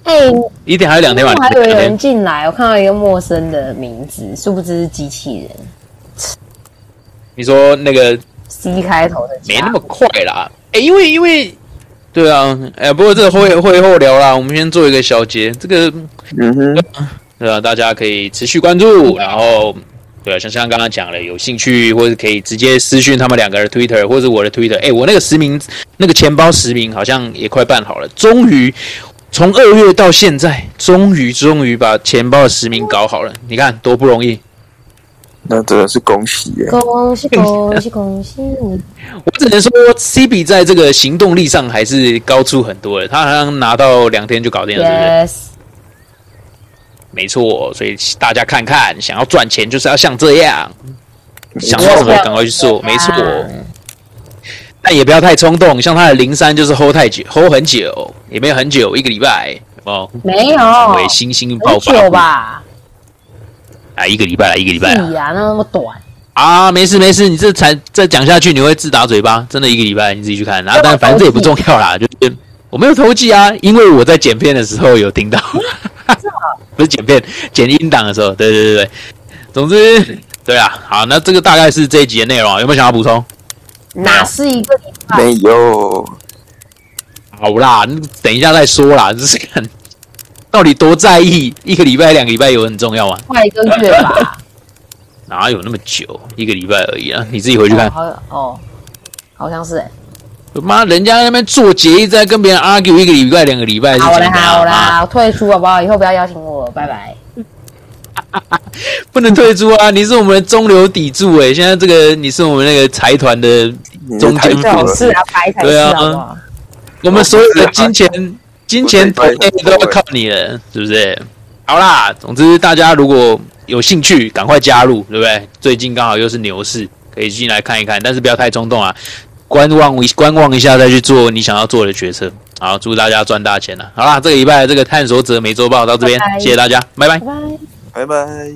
哎， 一天还有两天吧？啊还有两天人进来，我看到一个陌生的名字，殊不知是机器人你说那个，C 开头的没家那么快啦，哎、因为因为对啊，哎、不过这个会会后聊啦，我们先做一个小结，这个嗯哼，对啊，大家可以持续关注，然后对啊，像像刚刚讲了，有兴趣或者可以直接私讯他们两个的 Twitter 或者我的 Twitter，哎、我那个实名那个钱包实名好像也快办好了，终于。从二月到现在，终于终于把钱包的实名搞好了，你看多不容易。那真的是恭喜耶！恭喜恭喜恭喜你！我只能说，C B 在这个行动力上还是高出很多的。他好像拿到两天就搞定了，对不对？ Yes，没错，所以大家看看，想要赚钱就是要像这样，想到什么赶快去做，没错。但也不要太冲动，像他的零三就是 hold 太久，hold 很久，也没有很久，一个礼拜，哦，没有，成为星星爆很发久吧？啊啊，一个礼拜啦，一个礼拜啦屁呀，那那么短，啊，没事没事，你这才再讲下去，你会自打嘴巴。真的一个礼拜，你自己去看。然后，但反正这也不重要啦，就是我没有投寄啊，因为我在剪片的时候有听到， 不是剪片，剪音档的时候，对对对对。总之，对啊，好，那这个大概是这一集的内容啊，有没有想要补充？哪是一个礼拜？没有，好啦，等一下再说啦， 就是看到底多在意一个礼拜、两个礼拜有很重要吗？快一个月吧？哪有那么久？一个礼拜而已啊，你自 己回去看哦。好像哦，好像是哎。妈，人家在那边做结一直在跟别人 argue 一个礼拜、两个礼拜是好怎啦样好啊，啦，我退出好不好？以后不要邀请我了，拜拜。不能退出啊！你是我们的中流砥柱哎、现在这个你是我们那个财团的，你中间太屌了，是啊，白才是对啊好不好？我们所有的金钱、金钱都我是财团都要靠你了，是不是？好啦，总之大家如果有兴趣，赶快加入，对不对？最近刚好又是牛市，可以进来看一看，但是不要太冲动啊，观望一观望一下再去做你想要做的决策。好，祝大家赚大啊钱了！好啦，这个礼拜的这个探索者每周报到这边拜拜谢谢大家，拜拜。拜拜。拜拜。